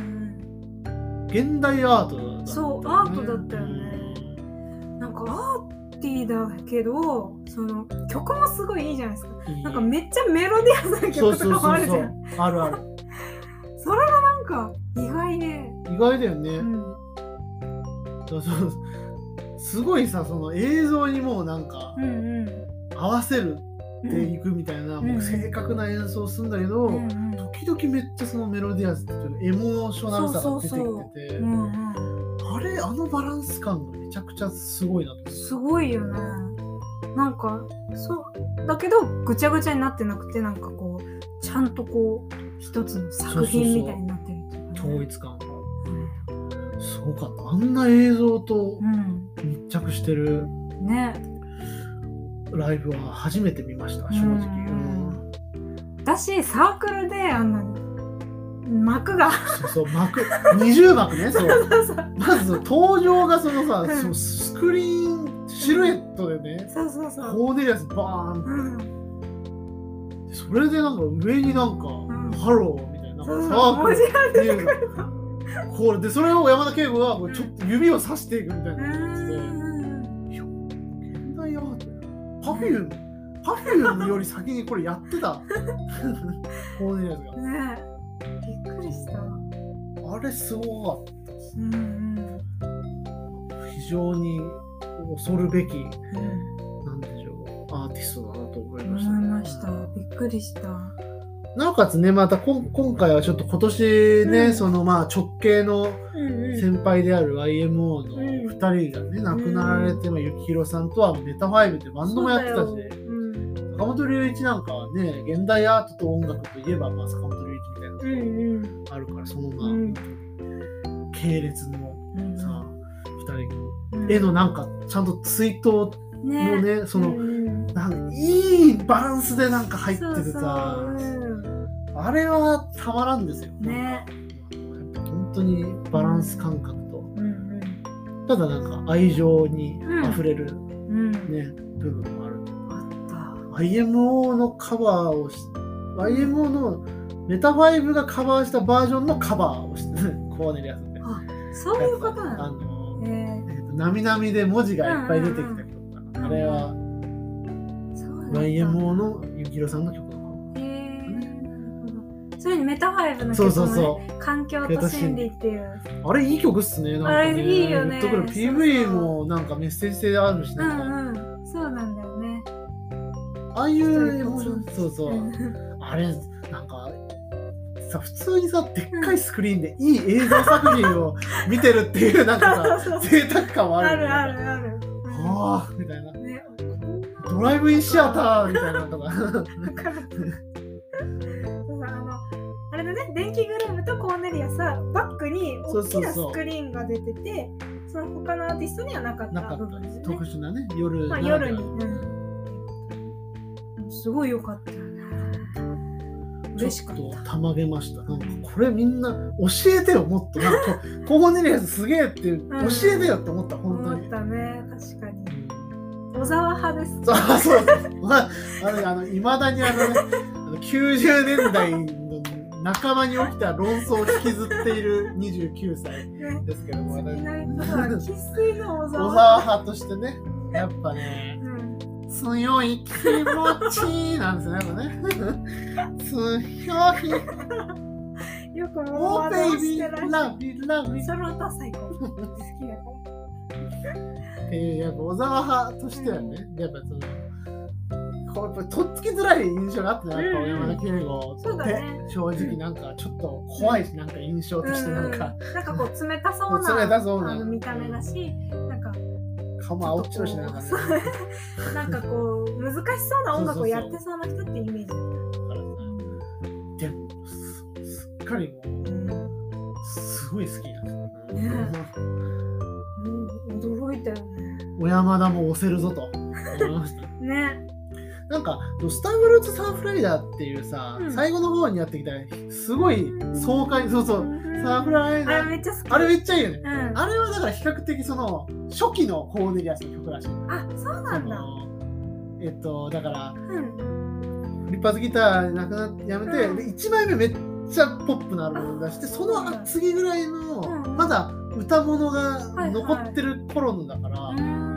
ん。現代アートだったね、そうアートだったよねなんかアーティーだけどその曲もすごいいいじゃないですか。うんなんかめっちゃメロディアスなそう曲そうとかそもあうるじそゃ。うんあるあ [laughs] るそれがなんか意外で、意外だよね、うん、そうそうすごいさその映像にもうなんかうんうん合わせるうんっていくみたいな、もう正確な演奏をするんだけど、うんうん時々めっちゃそのメロディアスっていうエモーショナルさが出てきててうんうんあれあのバランス感がめちゃくちゃすごいなとすごいよね。なんかそうだけどぐちゃぐちゃになってなくてなんかこうちゃんとこう一つの作品みたいになってるっていうかね統一感がすごかったあんな映像とうん密着してるねライブは初めて見ました正直、うんうん私サークルであの幕がそうそう幕20幕ねそうそうそうまず登場がそのさ、うんそのスクリーンシルエットでね、そうそうそうコーデリアスバーンうんってそれでなんか上になんか、んハローみたいなそうなんそうかサーク文ル字がっていうのこれでそれを山田圭吾はこううんちょっと指をさしていくみたいうな感じでん現代アートやパフュームパフュームより先にこれやって [laughs] たコーデリアスねびっくりしたうがあれすごかっんうんた非常に恐るべきうんなんでしょうアーティストだなと思いましたね思いましたびっくりしたうなおかつね、またこん今回はちょっと今年ね、うんそのまあ直系のんうん先輩である YMO のうん2人がね、亡くなられて、まあ、ゆきひろさんとはメタファイブってバンドもやってたし、そうだようん坂本龍一なんかはね、現代アートと音楽といえば、まあ、坂本龍一みたいなのうんがあるから、そのまあ、うん系列のうんさ、2人、うん絵のなんかちゃんと追悼のね、その、うんなんかいいバランスでなんか入ってそうてそうさ、うんあれはたまらんですよ。ねなんか本当にバランス感覚とうんただなんか愛情に溢れる、ねうんうん部分もあるあっ IMO のカバーをし IMO のメタファイブがカバーしたバージョンのカバーをしてコーネリアスってたそういうことなあののえーえっとなみなみで文字がいっぱい出てきた曲だな、あれはそうなんだ YMO のゆきろさんの曲のへーなるほどそれにメタファイブのそう曲そうもねそう環境と心理っていうあれいい曲っすねなんかねあれいいよねグッとくるそうそう PV もなんかメッセージ性あるしうなんか、んうんそうなんだよねああいう一人ぽつんそうそううんあれなんかさ普通にさでっかいスクリーンでいい映像作品を見てるっていうなん [laughs] かそうさ贅沢感はああるよるねあるあるはあみたいなねこんなドライブインシアターみたいなのと [laughs] かわかるそうあのあれだね電気グルームとコーネリアさバックにそ大うそきうなスそうクリーンが出ててその他のアーティストにはなかっなかた部った分ねですね特殊なね夜まあならでは夜にすごい良かったよね嬉しちかょっったとたまげましたなんかこれみんな教えてよもっとなんかこうコーネリアスすげえっていううん教えてよって思った本当思にっ。たね確かに小沢派ですそうそうそう。まあ、あの、あの、いまだにあの、ね、あの90年代の仲間に起きた論争を引きずっている29歳ねですけども、い私ないことは生粋の小小沢沢派としてね、やっぱね、うん強い気持ちなんですよね、やっぱね。強い、よくもオーうあのベイしビてー、らラビー、ラビー。その歌最高好きだからっていうやっぱ小沢派としてはね、やっぱそのこうやっぱとっつきづらい印象があったな、やっぱうんうん山田圭吾ってそうだね正直なんかちょっと怖いし、なんか印象としてなんか、うんなんかこう冷たそうな冷たそうなあの見た目だし、なんか顔も青っちょろしなんかねそうなんかこう難しそうな音楽をやってそうな人ってイメージだよねでもすすっかりもうすごい好きなんですよね [laughs] うん、驚いたよね。小山田も押せるぞと思いましたね、なんかスターフルーツサンフライダーっていうさ、うん最後の方にやってきたすごい爽快そうそうサーフライあダれーめっちゃ好き。あれめっちゃいいよねうん、ああれはだから比較的その初期のコーネリアスの曲らしいそうなんだ。そのえっとだからうん、立派ギターなくなってやめて、うんで1枚目めっちゃポップなアルバム出してあその次ぐらいの、うんうんまだ歌物いはがい残ってる頃のだから、うん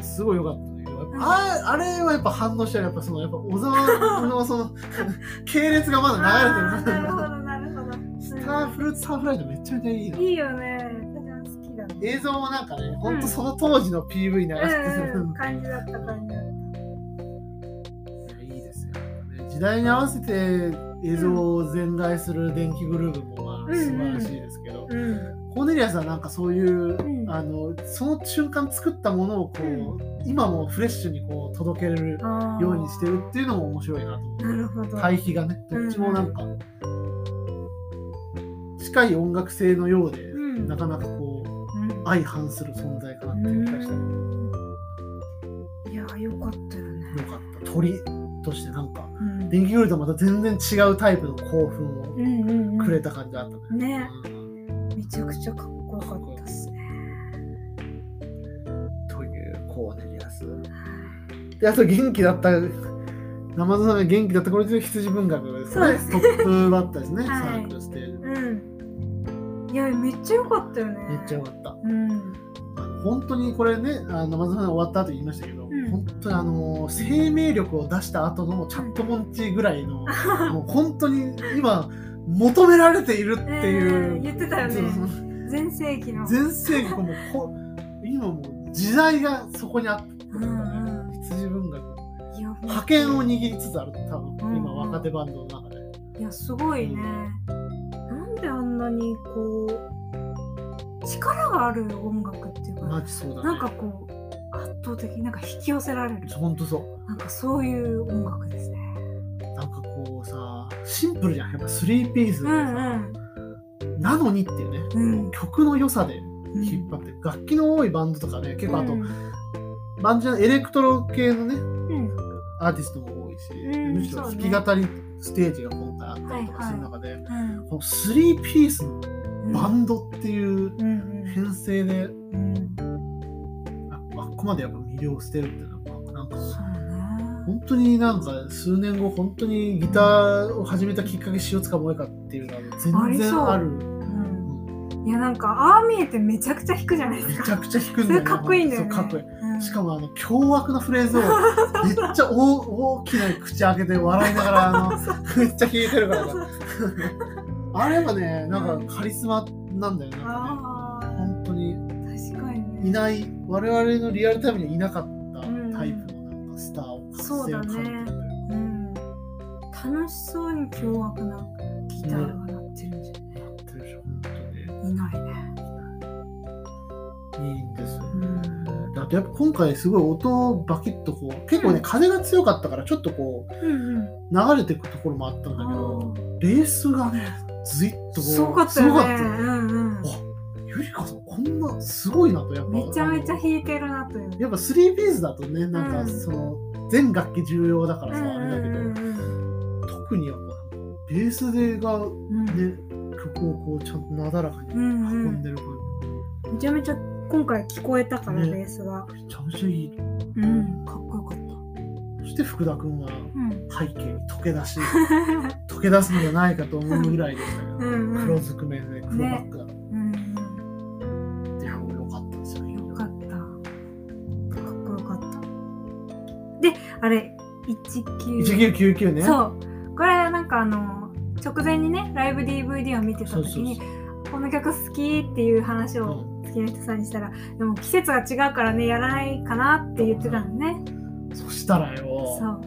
すごい良かったんだけどやっぱうんああれはやっぱ反応したらやっぱそのやっぱ小沢のそ [laughs] の系列がまだ流あーれてなるるほどななるほど。スターフルーツサーフライドめっちゃめちゃいいのいいよね。私は好きだね。映像もなんかねほんとその当時の PV 流してうる、んうん、感じだった感じだっいやいいですよ、ね、時代に合わせて映像を全開する電気グルーヴもまうあん素晴らしいですけど、た。うん、コーネリアスはなんかそういう、うんあのその瞬間作ったものをこう、う今もフレッシュにこう届けれるあーようにしてるっていうのも面白いなと思なるほど。う対比がねどっちもなんか近い音楽性のようで、うんなかなかこううん相反する存在かなっていう気がしたようんいやー、よかったよね。かった鳥としてなんかうん電気グルーヴとまた全然違うタイプの興奮をうんうんうんくれた感じがあったねうんめちゃくちゃかっこよかったっすね。というコーネリアス。で、あと元気だった、生田さんが元気だった頃という羊文学ですそうねで。すトップバッターですね、 [laughs] はいサークルステージ。うん。いや、めっちゃよかったよね。めっちゃ良かった。うん。あの本当にこれね、あの生田さんが終わった後言いましたけど、ん本当にあの生命力を出した後のチャットモンチぐらい [laughs] の、もう本当に今、求められているっていう。うん言ってたよねそう全盛期の。全盛期こもこ今もう時代がそこにあったうんうん羊文学いや、覇権を握りつつある多分うん今若手バンドの中でいや、すごいね。なんであんなにこう、力がある音楽っていうか、マジそうだねなんかこう、圧倒的になんか引き寄せられる。ほんとそうなんかそういう音楽ですね。なんかこうさシンプルじゃんやっぱ3ピースでうさ、んなのにっていうねうん。曲の良さでうん。引っ張って、楽器の多いバンドとかね結構あと、うんバンジャエレクトロ系のねうんアーティストも多いし、うんむしろそ弾うきね語りステージが今回あったりとかする中で、うんこの3ピースのうんバンドっていううん編成でうんうんああっこまでやっぱ魅了してるっていうのはなんかそうね本当になんか数年後本当にギターを始めたきっかけ塩塚萌えかっていうのは全然あるうんいやなんかああ見えてめちゃくちゃ弾くじゃないでめすちゃか。くちゃ弾くんそだよれねかっこいいんだよね。そうかっこいいうんしかもあの凶悪なフレ [laughs] ーズをめっちゃ大大きな口開けて笑いながらあの [laughs] めっちゃ弾いてるからねあれはねなんかカリスマなんだよねなんかねああ本当に確かにね。いない我々のリアルタイムにはいなかったタイプのなんかスターを活そう性だをね感じるというかうん楽しそうに凶悪なギターが鳴ってるんじやってるでしょ本当にゃない。いないね。いいんですよね。うんだってやっぱ今回すごい音をバキッとこう結構ね、うん風が強かったからちょっとこううんうん。流れていくところもあったんだけどレースがねずいっとこうすごかったよすね。ごかったようんうん。ゆりかさんこんなすごいなとやっぱめちゃめちゃあの弾いてるなという。やっぱ3ピースだとねなんうかんその、全楽器重要だからさ、あれだけどうんうん特にやっぱなんかベースでがねうんうん曲をこうちゃんとなだらかにうんうん運んでる感めちゃめちゃ今回聞こえたからねベースは。じ、めちゃめちゃいいうん。かっこよかった。そして福田君はうん。背景に溶け出 [laughs] し溶け出すんじゃないかと思うぐらいでしたけど、うんうん黒ずくめで黒バックだっうんていうのも良かったですよね。よかった。かっこよかった。で、あれ、19。 1999ね。そう。これなんかあの、直前にね、ライブ DVD を見てたそうそう時そうに、この曲好きっていう話うをん月きな人さんにしたらでも季節が違うからねやらないかなって言ってたのねそしたらそよ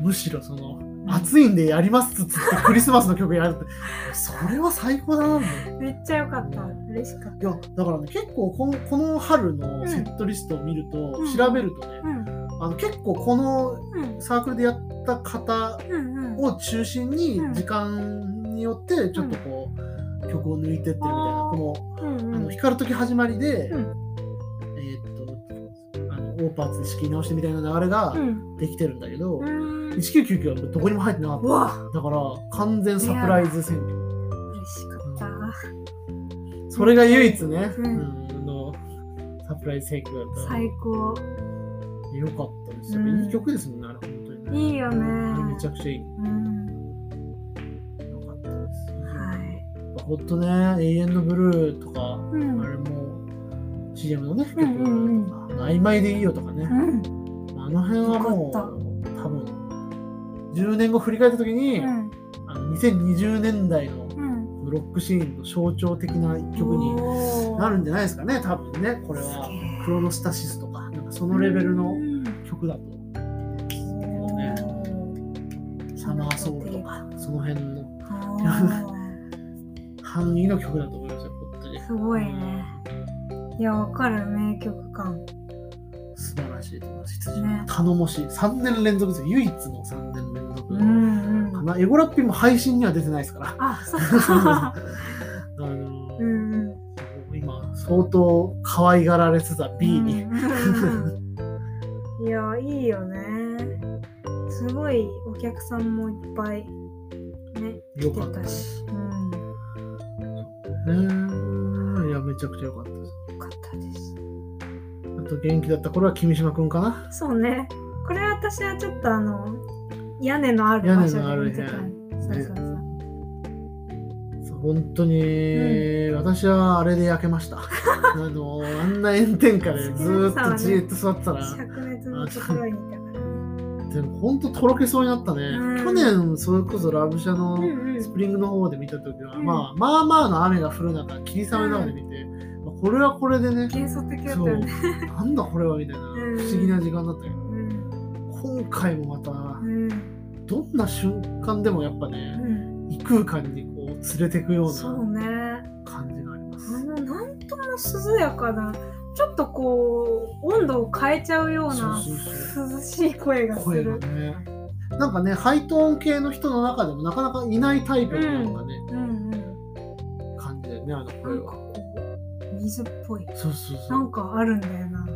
うむしろその暑いんでやりますっつってクリスマスの曲やるってそれは最高だなもうめっちゃ良かった嬉しかっいやだからね結構このこの春のセットリストを見ると、うん調べるとねたうんあの結構このうんサークルでやった方うんうんを中心にうん時間によってちょっとこう、曲を抜いてってるみたいなあーこうんの「うあんの光る時始まりで」うんえーっとあのオーパーツで仕切り直してみたいな流れがうんできてるんだけど、うん1999はどこにも入ってなかっうわただから完全サプライズ宣言嬉しかっそれが唯一ね、ううんん、のサプライズ宣言だったたら最高よかったですよ、うんいい曲ですもんねあれ本当にねいいよねあれめちゃくちゃいいようんかったです、はいほんとね「永遠のブルー」とか、うんあれも CM のね曲うとんうんか「曖昧でいいよ」とかね、うんあの辺はもうよかっ多分10年後振り返った時に、うんあの2020年代のうんロックシーンの象徴的な一曲におーなるんじゃないですかね多分ねこれはすげえクロノスタシスとかなんかそのレベルのうん曲だとねサマーソウルとかその辺のあ範囲の曲だと思いますよ本当にーすごいね。いや、わかる、名曲感。素晴らしいと思います羊ね頼もしい3年連続ですよ唯一の3年連続、うんかうん。なエゴラッピーも配信には出てないです [laughs] からあ、そっあ [laughs] か。のうんうん。今相当可愛がられつつあ B に、うんうんうん。いや、いいよね。すごいお客さんもいっぱい。ね。よかったですうん。よねいやめちゃくちゃ良かったですかったであと元気だった頃は君島くんかなす。そうね。これ私はちょっとあの、屋根のある場所で見てた屋根。そある部屋うそうそう。そう本当に、私はあれで焼けま [laughs] したあのあんな炎天下でずーっとじーっと座ってたら、灼熱のところにいたからね。でも本当とろけそうになったね、うん去年それこそラブシャうのんうんスプリングの方で見た時は、うんまあ、まあまあの雨が降る中霧雨の中で見て、まあこれはこれでね幻想的だったそうよね。なんだこれはみたいなうん不思議な時間だったけどうん今回もまたうんどんな瞬間でもやっぱねう異空間にこう連れてくよん。そううなね。感じがありまあす。のなんとも涼やかな、ちょっとこう温度を変えちゃうようなそうそう涼しい声がす声がる。ねなんかねハイトーン系の人の中でもなかなかいないタイプのなんかね、うんうん。感じだよねあのな声んかはこう水っぽい。そうそうそなうんかあるんだよな。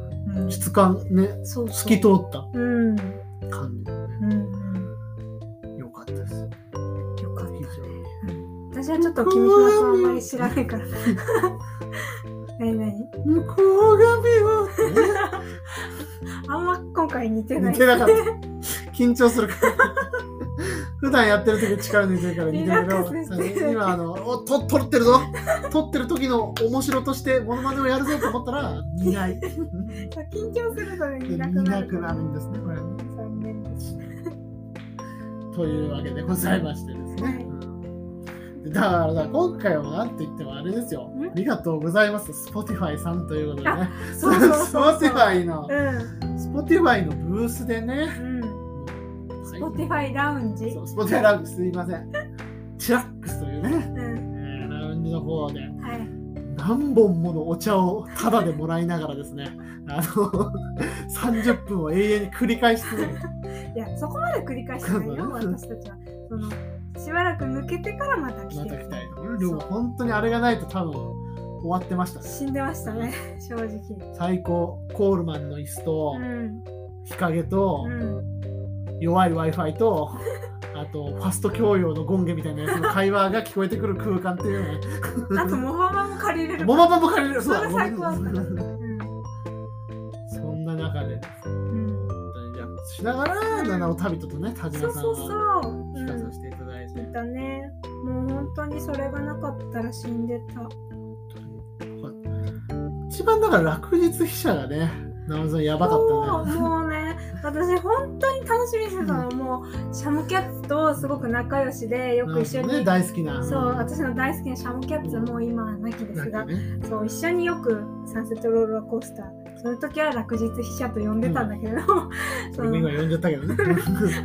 うん。質感ねそう透き通う。ったうん。感じだうねんうん。良かったですよかっ非。た常に私はちょっと君島さんあんまり知らないから。 [laughs] 何何向こう髪はあんま今回似てねない。似てなかった緊張するから普段やってる時力抜いてるから似てるリラックスけしてど今あのおと撮ってるぞ撮ってる時の面白としてモノマネをやるぞと思ったら似ない緊張するとね、似似なくななる。くなるんですねこれね残念です。というわけでございましてですね。はいうんだからさ、今回はなんと言ってもあれですよ。んありがとうございます、Spotify さんということでね。 [laughs] そうそうそうそう Spotify の、うん。 Spotify のブースでね。うん。ス Spotify ラウンジ。そう、Spotify ラウンジ、すいません。チラックスというね、うん。えーラウンジの方ではい。何本ものお茶をタダでもらいながらですね、あの、30分を永遠に繰り返し続けて、いや、そこまで繰り返してないよ、そうだね私たちは。その、しばらく抜けてからまた来まてた [laughs] 来る。たいと思う。でも本当にあれがないと多分終わってましたね。死んでましたね、正直。最高コールマンの椅子とうん。日陰とうん。弱い w i f i とあとファスト教養のゴンゲみたいなやつの会話が聞こえてくる空間っていうあと、モバマも借りれる。 [laughs] モバマも借りれるそそうだれ最高だった。モうバマん。そんな中でうん。リラックスしながら七尾旅人とね田そ島うさんそうはそう。聞かさうせていただいて、ん。だね。もう本当にそれがなかったら死んでた。一番だから落日飛車がね直尾さんやばかったねそうもうね私本当に楽しみにしてたの、もうシャムキャッツとすごく仲良しでよく一緒に、ね、大好きな。そう私の大好きなシャムキャッツも今は亡きでなすんがか、ね、そう一緒によくサンセットローラーコースターその時は落日飛車と呼んでたん [laughs] だけど、そ俺も今の呼んじゃったけどね。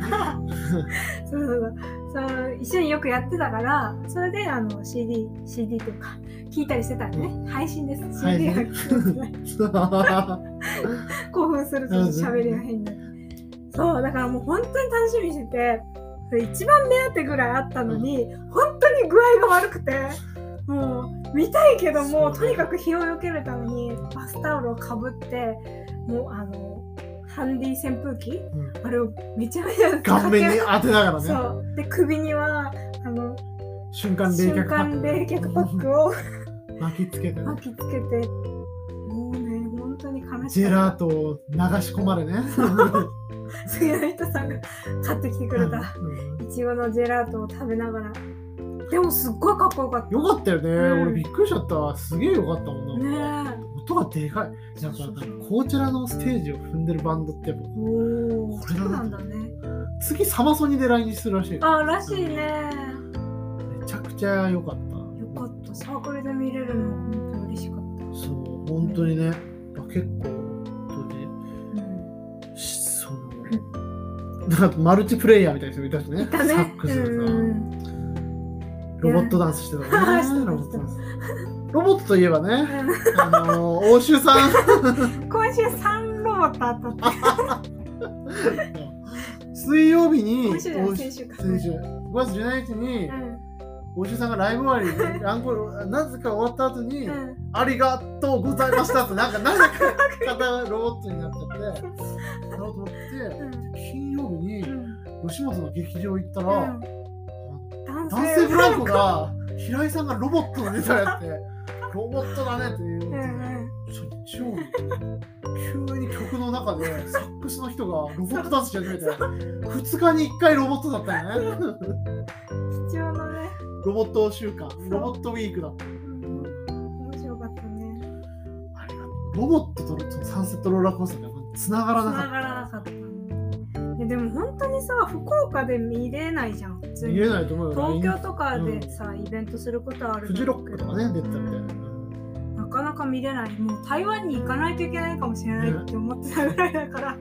そうそうそうそう一緒によくやってたからそれであの CD, CD というか聞いたりしてたんでね、配信です CD が配信聞くやつね興奮すると喋りが変になる、そうだからもう本当に楽しみにしててそれ一番目当てぐらいあったのに、本当に具合が悪くてもう見たいけどそもううとねにかく日をよけるためにバスタオルをかぶってもうあのハンディ扇風機、うあれをめちゃめちゃ [laughs] 顔面に当てながらそね。うで首にはあの瞬間冷瞬却パック。間冷却パックを巻きつけてね、巻きつけてもうね本当に悲しかったジェラートを流し込まれね。杉の人さんが買ってきてくれたうんいちごのジェラートを食べながらでもすっごいかっこよかったよかったよね、うん俺びっくりしちゃったわすげえよかったもんな、ね音がでかいなんかそうそうそうこちらのステージを踏んでるバンドってやっぱえおおこそれだうななんだね次サマソニで来日するらしいよあらしいねめちゃくちゃ良かったよかったサークルで見れるの本当に嬉しかった、そう本当にね、まあ、結構本うん、当にしそのなんかマルチプレイヤーみたいな人もいたしねいたねサックスでさ、うんロボットダンスしてたいやもんねロボットダンスロボットといえばねあのー、欧州さ [laughs] ん今週3ロボットあったって水曜日に今週じゃないお先週か先週5月17日に、うおじさんがライブ終わりにアンコールなぜか終わった後に、んうんありがとうございましたって [laughs] なんかなぜか肩がロボットになっちゃってなるほどと思って金曜日にうん吉本の劇場行ったうら、ん男性ブランコが平井さんがロボットのネタやってロボットだねっていうう、んちょ一応急に曲の中でサックスの人がロボットダンスし始めて2日に1回ロボットだったよねうん貴重なねロボット週間そうロボットウィークだったうん面白かったねあれがロボットとそのサンセットローラーコースターがつながらなか繋っがらなかったいやでも本当にさ福岡で見れないじゃん普た。通に見れないと思うよ。東京とかでさ、イベントすることはあるフジロックとかね、出てたみたいな。なかなか見れないもう台湾に行かないといけないかもしれないって思ってたぐらいだから、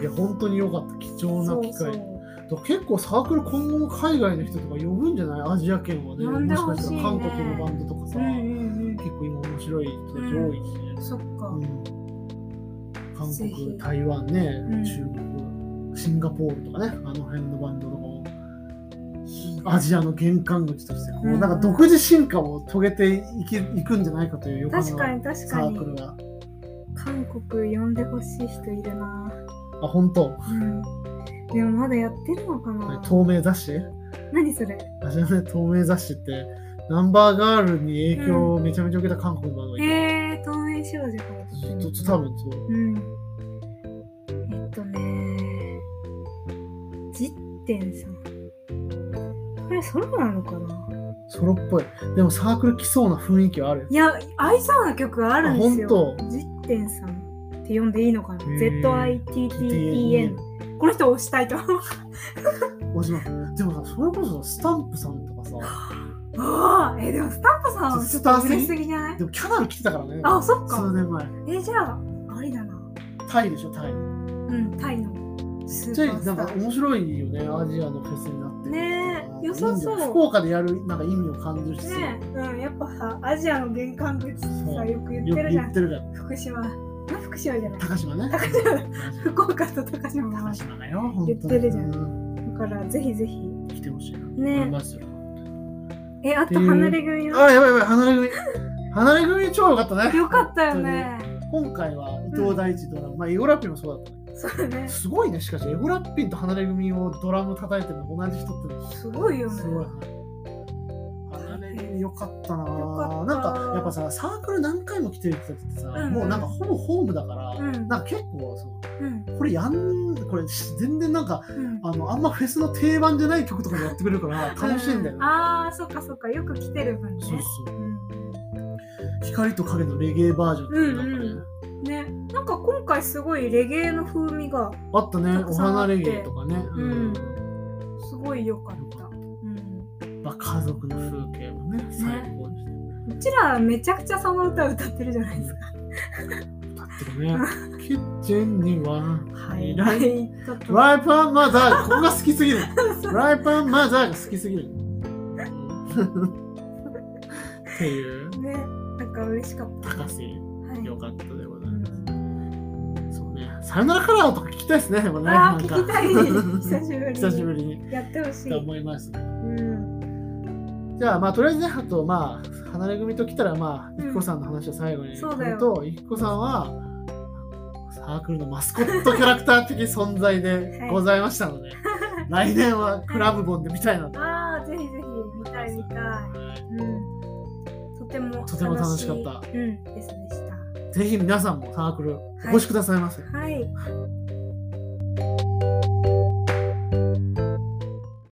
いや、本当に良かった。貴重な機会。そうだから結構サークル今後も海外の人とか呼ぶんじゃないアジア圏はね。呼んでほもしいねしかしたら韓国のバンドとかそさ、ううんうん結構今面白い人たち多いしねうん。そっか、うん韓ぜひ国、台湾ね、うん中国、シンガポールとかね、あの辺のバンドとかも。アジアの玄関口としてこう、うんなんか独自進化を遂げていきいくんじゃないかという予感確かがに確サかークルにが韓国呼んでほしい人いるなあ本当うんでもまだやってるのかな透明雑誌何それあじゃね透明雑誌ってナンバーガールに影響をめちゃめちゃ受けた韓国のバンドがいて、えー、透明少女かもしれないずっと多分そううん。えっとね、実点さん。これソロなのかなソロっぽいでもサークル来そうな雰囲気はあるよいや、合いそうな曲があるんですあよ。ほんと実点さんって呼んでいいのかなー ?ZITTEN。この人を押したいと思う。 [laughs] おじまでもさそれこそさスタンプさんとかさあ [laughs] あ、え、でもスタンプさんはちょっと売れすぎじゃないでもキャナル来てたからねあ、そっ数か。年前え、じゃあ、ありだな。タイでしょタイうん、タイのスじゃーパーあなスんタかー。面白いよねアジアのフェスになってるねえ良さそういいんじゃない福岡でやるなんか意味を感じるしさ、ねえ、うん、やっぱさ、アジアの玄関口ってそさ、うよく言よってくるじゃ言んっ。てるじゃん福島な福島じゃない高島ね高島福岡と高島高だ島だよ本当に言ってるじゃんうからぜひぜひ来てほしいな思いねますよえあてという離れ組あのやばいやばい離れ組離れ組超良かったねよかったよね今回は伊藤大地ドラム、まあエゴラッピンもそうだったねそうだねすごいねしかしエゴラッピンと離れ組をドラム叩いてるの同じ人ってすごいよねすごい。離れ組良かったなかったなんかやっぱさサークル何回も来てる人たちってさ、うんうんもうなんかほぼホームだから、うんなんか結構そのうんこれやんこれし全然なんかうんあのあんまフェスの定番じゃない曲とかもやってくれるから楽しいんだよ、ねうあーそっかそっかよく来てる分ねそうそううん光と影のレゲエバージョンとかなんかね、うんねなんか今回すごいレゲエの風味があったねたくおさんあ花ってレゲエとかね、うんすごい良かった、うん、まあ、家族の風景もね最高でしうちらめちゃくちゃその歌歌ってるじゃないですかた、歌ってるねキッチンにははいライちょっとライパンマザーここが好きすぎ [laughs] るフライパンマザーが好きすぎる。っていう、ねなんか嬉しかった、高瀬、はいよかったでござういます。んそうね、さよならカラーとか聞きたいですね、でもね。ああな聞んかきたい [laughs] 久しぶり [laughs] に久しぶりに。やってほしいと思います。うんじゃあ、まあ、とりあえずね、あと、まあ、離れ組ときたら、まあ、うんゆきこさんの話を最後にそうだよと、ゆきこさんは、サークルのマスコットキャラクター的存在でございましたので、来年はクラブボンで見たいなと。ああぜひぜひ見たい見たい、うん、とてもとても楽しかった楽しいうん、ですでしたぜひ皆さんもサークルお越しくださいませ。はい